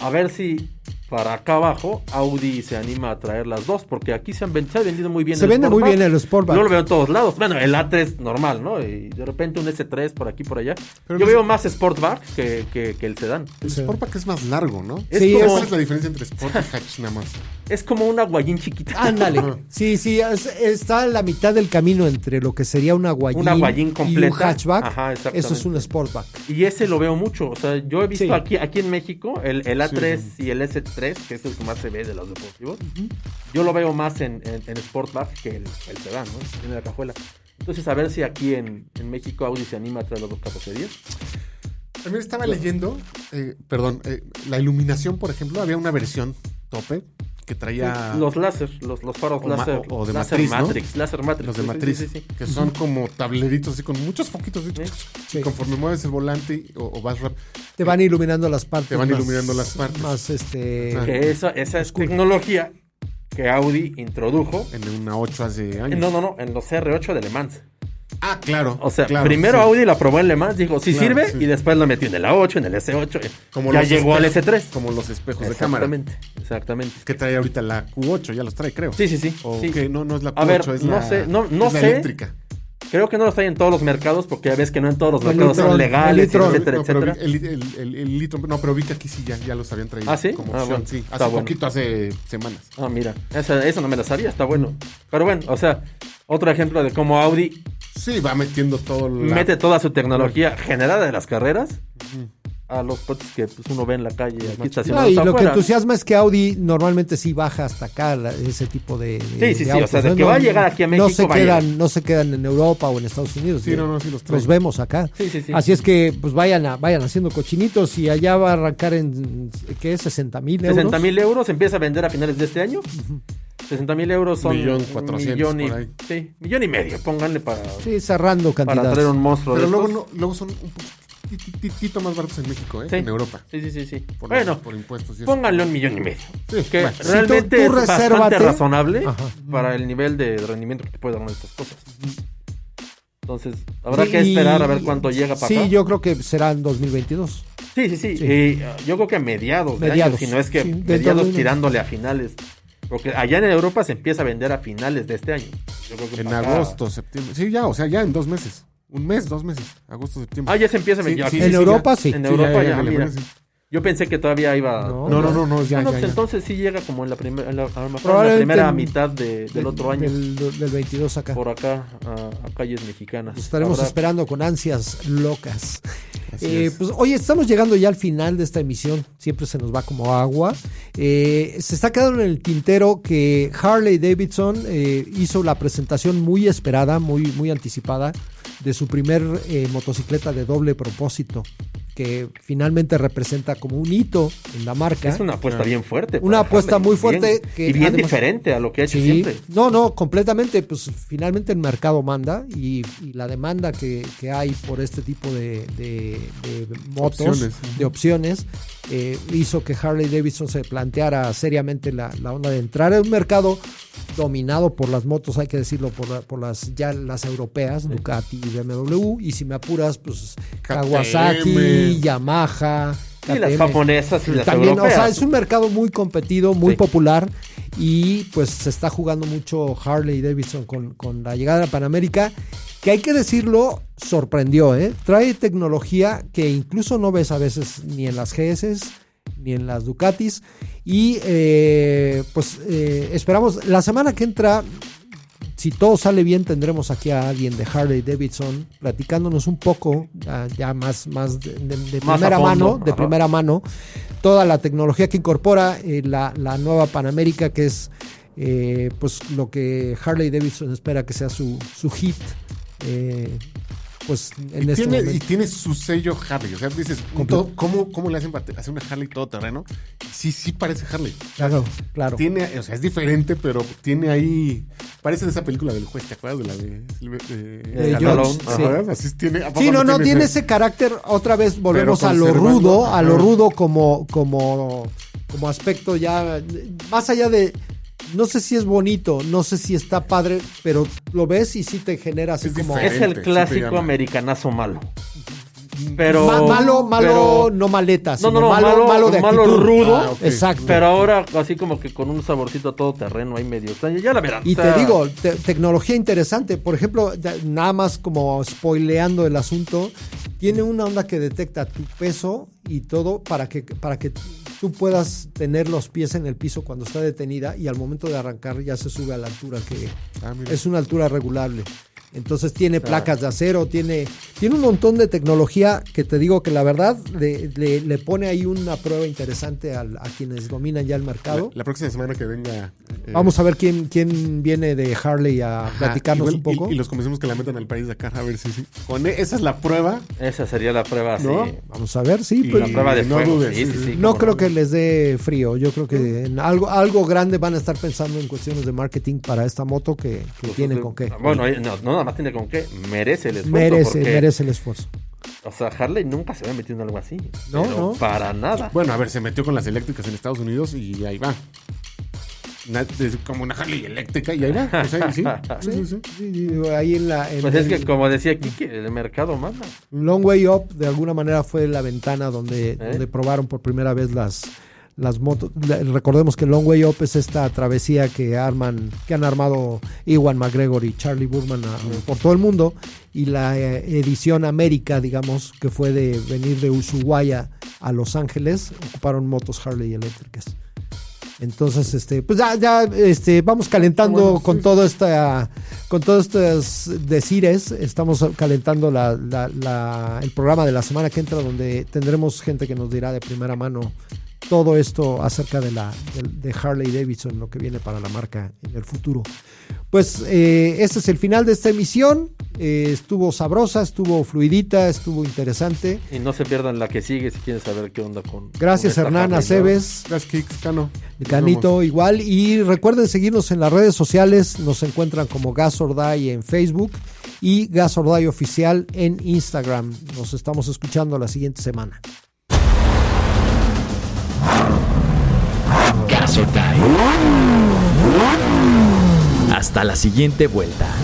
[SPEAKER 3] A ver si para acá abajo, Audi se anima a traer las dos, porque aquí se han, ven- se ha vendido muy bien
[SPEAKER 2] Se vende muy bien el Sportback.
[SPEAKER 3] Yo lo veo en todos lados. Bueno, el A3 normal, ¿no? Y de repente un S3 por aquí, por allá.
[SPEAKER 4] Pero
[SPEAKER 3] Yo
[SPEAKER 4] pues-
[SPEAKER 3] veo más Sportback que, que, que el sedán.
[SPEAKER 4] El
[SPEAKER 2] Sí.
[SPEAKER 4] Sportback es más largo, ¿no?
[SPEAKER 3] Es
[SPEAKER 2] Sí,
[SPEAKER 3] como-
[SPEAKER 4] ¿Cuál es la diferencia entre Sport y Hatch nada más?
[SPEAKER 3] Es como una guayín chiquita.
[SPEAKER 2] Ándale. Sí, sí, es- está a la mitad del camino entre lo que sería una guayín,
[SPEAKER 3] Una guayín
[SPEAKER 2] y un
[SPEAKER 3] completa.
[SPEAKER 2] hatchback.
[SPEAKER 3] Ajá, exactamente.
[SPEAKER 2] Eso es un sportback.
[SPEAKER 3] Y ese lo veo mucho. O sea, yo he visto
[SPEAKER 2] Sí.
[SPEAKER 3] aquí, aquí en México el, el A3 y el S3, que es el que más se ve de los deportivos. Yo lo veo más en, en, en Sportback que el, el sedán, ¿no? En la cajuela. Entonces, a ver si aquí en, en México Audi se anima a traer las dos capacidades.
[SPEAKER 4] También estaba leyendo, eh, perdón, eh, la iluminación, por ejemplo, había una versión tope que traía
[SPEAKER 3] Los
[SPEAKER 4] los,
[SPEAKER 3] láser, los, los faros
[SPEAKER 4] O ma-
[SPEAKER 3] láser.
[SPEAKER 4] o- o de
[SPEAKER 3] láser
[SPEAKER 4] matriz, ¿no?
[SPEAKER 3] láser Matrix.
[SPEAKER 4] de
[SPEAKER 3] Sí, sí,
[SPEAKER 4] matriz,
[SPEAKER 3] sí, sí.
[SPEAKER 4] que son como tableritos así con muchos foquitos. así,
[SPEAKER 2] Sí.
[SPEAKER 4] Y conforme mueves el volante y- o, o vas rap-
[SPEAKER 2] Te van iluminando las partes.
[SPEAKER 4] Te van
[SPEAKER 2] más-
[SPEAKER 4] iluminando las partes. Ah.
[SPEAKER 2] Más este.
[SPEAKER 4] Ajá.
[SPEAKER 3] Que esa, esa es tecnología que Audi introdujo.
[SPEAKER 4] en una 8 hace años.
[SPEAKER 3] No, no, no, en los R8 de Le Mans.
[SPEAKER 4] Ah, claro.
[SPEAKER 3] O sea,
[SPEAKER 4] claro,
[SPEAKER 3] primero
[SPEAKER 4] sí.
[SPEAKER 3] Audi la probó en Le Mans, dijo, si
[SPEAKER 4] Claro,
[SPEAKER 3] sirve,
[SPEAKER 4] sí.
[SPEAKER 3] y después la metió en el A8, en el S8.
[SPEAKER 4] Como
[SPEAKER 3] ya
[SPEAKER 4] los
[SPEAKER 3] llegó al
[SPEAKER 4] espejos-
[SPEAKER 3] S3.
[SPEAKER 4] Como los espejos de cámara.
[SPEAKER 3] Exactamente, exactamente.
[SPEAKER 4] Que trae ahorita la Q8, ya los trae, creo.
[SPEAKER 3] Sí, sí, sí.
[SPEAKER 4] O
[SPEAKER 3] sí.
[SPEAKER 4] que no, no es la Q8,
[SPEAKER 3] A ver,
[SPEAKER 4] es
[SPEAKER 3] no
[SPEAKER 4] la,
[SPEAKER 3] sé, no- no
[SPEAKER 4] es la
[SPEAKER 3] sé.
[SPEAKER 4] eléctrica.
[SPEAKER 3] Creo que no los traen en todos los mercados, porque ya ves que no en todos los
[SPEAKER 2] El
[SPEAKER 3] mercados son
[SPEAKER 2] Litron, el
[SPEAKER 3] legales,
[SPEAKER 2] Litron.
[SPEAKER 3] etcétera,
[SPEAKER 4] no, pero
[SPEAKER 3] etcétera.
[SPEAKER 4] vi- eh. el, el, el, el litro, no, pero vi que aquí sí ya, ya los habían traído.
[SPEAKER 3] ¿Ah, sí?
[SPEAKER 4] Como
[SPEAKER 3] Ah,
[SPEAKER 4] opción,
[SPEAKER 3] bueno.
[SPEAKER 4] sí.
[SPEAKER 3] Está
[SPEAKER 4] Hace
[SPEAKER 3] bueno.
[SPEAKER 4] poquito, hace semanas.
[SPEAKER 3] Ah, mira, esa, esa no me la sabía, está bueno. Pero bueno, o sea, otro ejemplo de cómo Audi
[SPEAKER 4] Sí, va metiendo todo la-
[SPEAKER 3] mete toda su tecnología generada de las carreras a los coches que pues, uno ve en la calle aquí
[SPEAKER 2] No,
[SPEAKER 4] Ah,
[SPEAKER 3] estacionados
[SPEAKER 2] y lo que
[SPEAKER 3] afuera.
[SPEAKER 2] entusiasma es que Audi normalmente sí baja hasta acá la- ese tipo de. de-
[SPEAKER 3] Sí, sí, sí, o
[SPEAKER 2] autos,
[SPEAKER 3] sea, de
[SPEAKER 2] ¿no?
[SPEAKER 3] que
[SPEAKER 2] No,
[SPEAKER 3] va a llegar aquí a México,
[SPEAKER 2] No se,
[SPEAKER 3] va a llegar.
[SPEAKER 2] quedan, no se quedan en Europa o en Estados Unidos.
[SPEAKER 4] Sí,
[SPEAKER 2] eh,
[SPEAKER 4] no, no, sí los trae.
[SPEAKER 2] los vemos acá.
[SPEAKER 3] Sí, sí, sí.
[SPEAKER 2] Así es que pues vayan a, vayan haciendo cochinitos y allá va a arrancar en ¿qué es? 60 mil euros.
[SPEAKER 3] 60 mil euros, empieza a vender a finales de este año. 60 mil euros son
[SPEAKER 4] Millón
[SPEAKER 3] un
[SPEAKER 4] cuatrocientos
[SPEAKER 3] millón y,
[SPEAKER 4] por ahí.
[SPEAKER 3] sí, millón y medio, pónganle para,
[SPEAKER 2] Sí, cerrando
[SPEAKER 3] para
[SPEAKER 2] cantidades.
[SPEAKER 3] traer un monstruo.
[SPEAKER 4] Pero
[SPEAKER 3] de
[SPEAKER 4] luego,
[SPEAKER 3] estos.
[SPEAKER 4] no, luego son un poquitito más baratos en México, ¿eh?
[SPEAKER 3] Sí.
[SPEAKER 4] En Europa.
[SPEAKER 3] Sí, sí, sí. sí.
[SPEAKER 4] Por,
[SPEAKER 3] bueno,
[SPEAKER 4] por impuestos. y eso.
[SPEAKER 3] pónganle un millón y medio.
[SPEAKER 4] Sí,
[SPEAKER 3] Que
[SPEAKER 4] bueno.
[SPEAKER 2] tú-
[SPEAKER 3] realmente
[SPEAKER 2] tú
[SPEAKER 3] es bastante
[SPEAKER 2] resérvate-
[SPEAKER 3] razonable
[SPEAKER 2] Ajá.
[SPEAKER 3] para el nivel de rendimiento que te puede dar estas cosas. Entonces, habrá
[SPEAKER 2] Sí,
[SPEAKER 3] que esperar a ver
[SPEAKER 2] y-
[SPEAKER 3] cuánto llega para
[SPEAKER 2] Sí,
[SPEAKER 3] acá.
[SPEAKER 2] yo creo que será en 2022.
[SPEAKER 3] Sí, sí, sí.
[SPEAKER 2] Sí.
[SPEAKER 3] Y, uh, yo creo que a mediados, de
[SPEAKER 2] Mediados,
[SPEAKER 3] año, si no es que
[SPEAKER 2] sí, dentro de
[SPEAKER 3] mediados
[SPEAKER 2] un-
[SPEAKER 3] tirándole a finales. Porque allá en Europa se empieza a vender a finales de este año. Yo creo que
[SPEAKER 4] En
[SPEAKER 3] para acá-
[SPEAKER 4] agosto, septiembre. Sí, ya, o sea, ya en dos meses. Un mes, dos meses. Agosto, septiembre.
[SPEAKER 3] Ah, ya se empieza a
[SPEAKER 4] Sí,
[SPEAKER 3] vender.
[SPEAKER 4] sí,
[SPEAKER 3] aquí.
[SPEAKER 2] en
[SPEAKER 4] sí,
[SPEAKER 2] Europa sí.
[SPEAKER 3] En
[SPEAKER 4] Sí,
[SPEAKER 3] Europa ya,
[SPEAKER 4] en
[SPEAKER 3] mira.
[SPEAKER 4] Alemania, sí.
[SPEAKER 3] Yo pensé que todavía iba.
[SPEAKER 2] No.
[SPEAKER 4] No, no, no, no, ya,
[SPEAKER 3] No,
[SPEAKER 4] ya,
[SPEAKER 3] pues
[SPEAKER 4] ya.
[SPEAKER 3] entonces sí llega como en la, primera, en la, a lo mejor en la
[SPEAKER 2] Probablemente
[SPEAKER 3] primera
[SPEAKER 2] en-
[SPEAKER 3] mitad de- del otro año.
[SPEAKER 2] Del, del 22 acá.
[SPEAKER 3] Por acá, a, a calles mexicanas.
[SPEAKER 2] Nos estaremos
[SPEAKER 3] Habrá-
[SPEAKER 2] esperando con ansias locas.
[SPEAKER 4] Así
[SPEAKER 2] Eh,
[SPEAKER 4] es.
[SPEAKER 2] pues oye, estamos llegando ya al final de esta emisión. Siempre se nos va como agua. Eh, se está quedando en el tintero que Harley Davidson eh, hizo la presentación muy esperada, muy, muy anticipada, de su primer eh, motocicleta de doble propósito, que finalmente representa como un hito en la marca.
[SPEAKER 3] Es una apuesta bien fuerte.
[SPEAKER 2] Una
[SPEAKER 3] para
[SPEAKER 2] apuesta muy fuerte
[SPEAKER 3] bien-
[SPEAKER 2] que
[SPEAKER 3] y bien
[SPEAKER 2] además-
[SPEAKER 3] diferente a lo que ha hecho
[SPEAKER 2] Sí.
[SPEAKER 3] siempre.
[SPEAKER 2] No, no, completamente. Pues finalmente el mercado manda y, y la demanda que, que hay por este tipo de, de- de motos,
[SPEAKER 4] Opciones.
[SPEAKER 2] de opciones, eh, hizo que Harley Davidson se planteara seriamente la, la onda de entrar en un mercado dominado por las motos, hay que decirlo, por, la- por las ya las europeas, Ducati y BMW, y si me apuras, pues Kawasaki, Yamaha.
[SPEAKER 3] Y las
[SPEAKER 2] KTM.
[SPEAKER 3] japonesas y las
[SPEAKER 2] También,
[SPEAKER 3] europeas.
[SPEAKER 2] o sea, es un mercado muy competido, muy
[SPEAKER 3] Sí.
[SPEAKER 2] popular y pues se está jugando mucho Harley Davidson con, con la llegada a Panamérica, que hay que decirlo, sorprendió, ¿eh? Trae tecnología que incluso no ves a veces ni en las GS ni en las Ducatis y eh, pues eh, esperamos la semana que entra si todo sale bien, tendremos aquí a alguien de Harley Davidson platicándonos un poco, ya, ya más, más de, de- de
[SPEAKER 3] Más a
[SPEAKER 2] primera
[SPEAKER 3] fondo,
[SPEAKER 2] mano, de
[SPEAKER 3] ajá.
[SPEAKER 2] primera mano, toda la tecnología que incorpora eh, la, la nueva Panamérica, que es eh, pues lo que Harley Davidson espera que sea su, su hit. eh, pues en
[SPEAKER 4] y,
[SPEAKER 2] este
[SPEAKER 4] tiene, y
[SPEAKER 2] momento.
[SPEAKER 4] tiene su sello Harley. O sea, dices, todo- ¿cómo, ¿cómo le hacen para hacer una Harley todoterreno? Sí, sí parece Harley.
[SPEAKER 2] Claro, claro.
[SPEAKER 4] Tiene, o sea, es diferente, pero tiene ahí. Parece de esa película del juez, ¿te acuerdas? De la de. de,
[SPEAKER 2] De George,
[SPEAKER 4] Ajá,
[SPEAKER 2] sí.
[SPEAKER 4] ¿verdad? Así tiene. ¿a poco
[SPEAKER 2] Sí, no, no, tiene
[SPEAKER 4] ese-
[SPEAKER 2] ese carácter, otra vez volvemos
[SPEAKER 4] Pero
[SPEAKER 2] a lo
[SPEAKER 4] conservando,
[SPEAKER 2] rudo, a lo
[SPEAKER 4] ajá.
[SPEAKER 2] rudo como, como, como aspecto ya, más allá de, no sé si es bonito, no sé si está padre, pero lo ves y sí te genera así
[SPEAKER 4] Es
[SPEAKER 2] como...
[SPEAKER 4] diferente.
[SPEAKER 3] Es el
[SPEAKER 4] sí te
[SPEAKER 3] clásico
[SPEAKER 4] llama.
[SPEAKER 3] americanazo malo. Pero.
[SPEAKER 2] Ma- malo, malo,
[SPEAKER 3] pero-
[SPEAKER 2] no maleta, sino
[SPEAKER 3] no, no,
[SPEAKER 2] malo, malo,
[SPEAKER 3] malo-
[SPEAKER 2] de
[SPEAKER 3] malo
[SPEAKER 2] actitud.
[SPEAKER 3] rudo.
[SPEAKER 4] Ah, ok.
[SPEAKER 2] Exacto.
[SPEAKER 3] Pero ahora, así como que con un saborcito a todo terreno ahí medio extraño. Ya la verán. Ah,
[SPEAKER 2] y
[SPEAKER 3] o sea,
[SPEAKER 2] te digo, te- tecnología interesante. Por ejemplo, da- nada más como spoileando el asunto, tiene una onda que detecta tu peso y todo para que, para que tú puedas tener los pies en el piso cuando está detenida y al momento de arrancar ya se sube a la altura que
[SPEAKER 4] Ah, mira.
[SPEAKER 2] es una altura regulable. Entonces tiene placas de acero, tiene, tiene un montón de tecnología que te digo que la verdad le, le- le pone ahí una prueba interesante al- a quienes dominan ya el mercado.
[SPEAKER 4] La, la próxima semana que venga. eh,
[SPEAKER 2] Vamos a ver quién, quién viene de Harley a
[SPEAKER 4] ajá,
[SPEAKER 2] platicarnos
[SPEAKER 4] igual
[SPEAKER 2] un poco.
[SPEAKER 4] Y, y los convencemos que la metan al país de acá. A ver si sí. Con e- esa es la prueba.
[SPEAKER 3] Esa sería la prueba, sí.
[SPEAKER 4] ¿No?
[SPEAKER 2] Vamos a ver, sí.
[SPEAKER 4] Y
[SPEAKER 2] pues,
[SPEAKER 3] La prueba de
[SPEAKER 4] No
[SPEAKER 3] fuego,
[SPEAKER 4] dudes,
[SPEAKER 3] sí,
[SPEAKER 4] sí,
[SPEAKER 3] sí,
[SPEAKER 4] sí.
[SPEAKER 3] sí,
[SPEAKER 2] no
[SPEAKER 3] cómo
[SPEAKER 2] creo que les dé frío. Yo creo que en algo, algo grande van a estar pensando en cuestiones de marketing para esta moto que, que
[SPEAKER 3] Pues,
[SPEAKER 2] tiene
[SPEAKER 3] eh,
[SPEAKER 2] con qué.
[SPEAKER 3] Bueno, eh, no, no nada más tiene con qué. Merece el esfuerzo.
[SPEAKER 2] merece,
[SPEAKER 3] porque,
[SPEAKER 2] merece el esfuerzo.
[SPEAKER 3] O sea, Harley nunca se había metido en algo así.
[SPEAKER 2] No,
[SPEAKER 3] No,
[SPEAKER 2] no.
[SPEAKER 3] Para nada.
[SPEAKER 4] Bueno, a ver, se metió con las eléctricas en Estados Unidos y ahí va. Una- es como una Harley eléctrica y ahí va. O sea, y sí, sí, sí, sí.
[SPEAKER 2] Sí, digo, ahí en la. en
[SPEAKER 3] Pues es que,
[SPEAKER 2] el
[SPEAKER 3] como decía aquí, que el mercado manda.
[SPEAKER 2] Long Way Up, de alguna manera, fue la ventana donde, donde probaron por primera vez las. Las motos, La- recordemos que Long Way Up es esta travesía que arman, que han armado Iwan McGregor y Charlie Burman a- por todo el mundo y la eh, edición América, digamos, que fue de venir de Ushuaia a Los Ángeles, ocuparon motos Harley eléctricas. Entonces, este, pues ya, ya, este, vamos calentando
[SPEAKER 4] Bueno, sí,
[SPEAKER 2] con
[SPEAKER 4] sí.
[SPEAKER 2] todo esta, con todos estos decires, estamos calentando la- la- la- el programa de la semana que entra, donde tendremos gente que nos dirá de primera mano todo esto acerca de la de, de Harley Davidson, lo que viene para la marca en el futuro. Pues eh, este es el final de esta emisión. Eh, estuvo sabrosa, estuvo fluidita, estuvo interesante.
[SPEAKER 3] Y no se pierdan la que sigue si quieren saber qué onda con.
[SPEAKER 2] Gracias
[SPEAKER 3] con esta
[SPEAKER 2] Hernán
[SPEAKER 3] Harley, ¿no?
[SPEAKER 2] Aceves.
[SPEAKER 4] Gracias, Kicks, Cano. Nos
[SPEAKER 2] Canito igual. Y recuerden seguirnos en las redes sociales. Nos encuentran como Gas or Die en Facebook y Gas or Die Oficial en Instagram. Nos estamos escuchando la siguiente semana.
[SPEAKER 1] Gas or Die. Hasta la siguiente vuelta.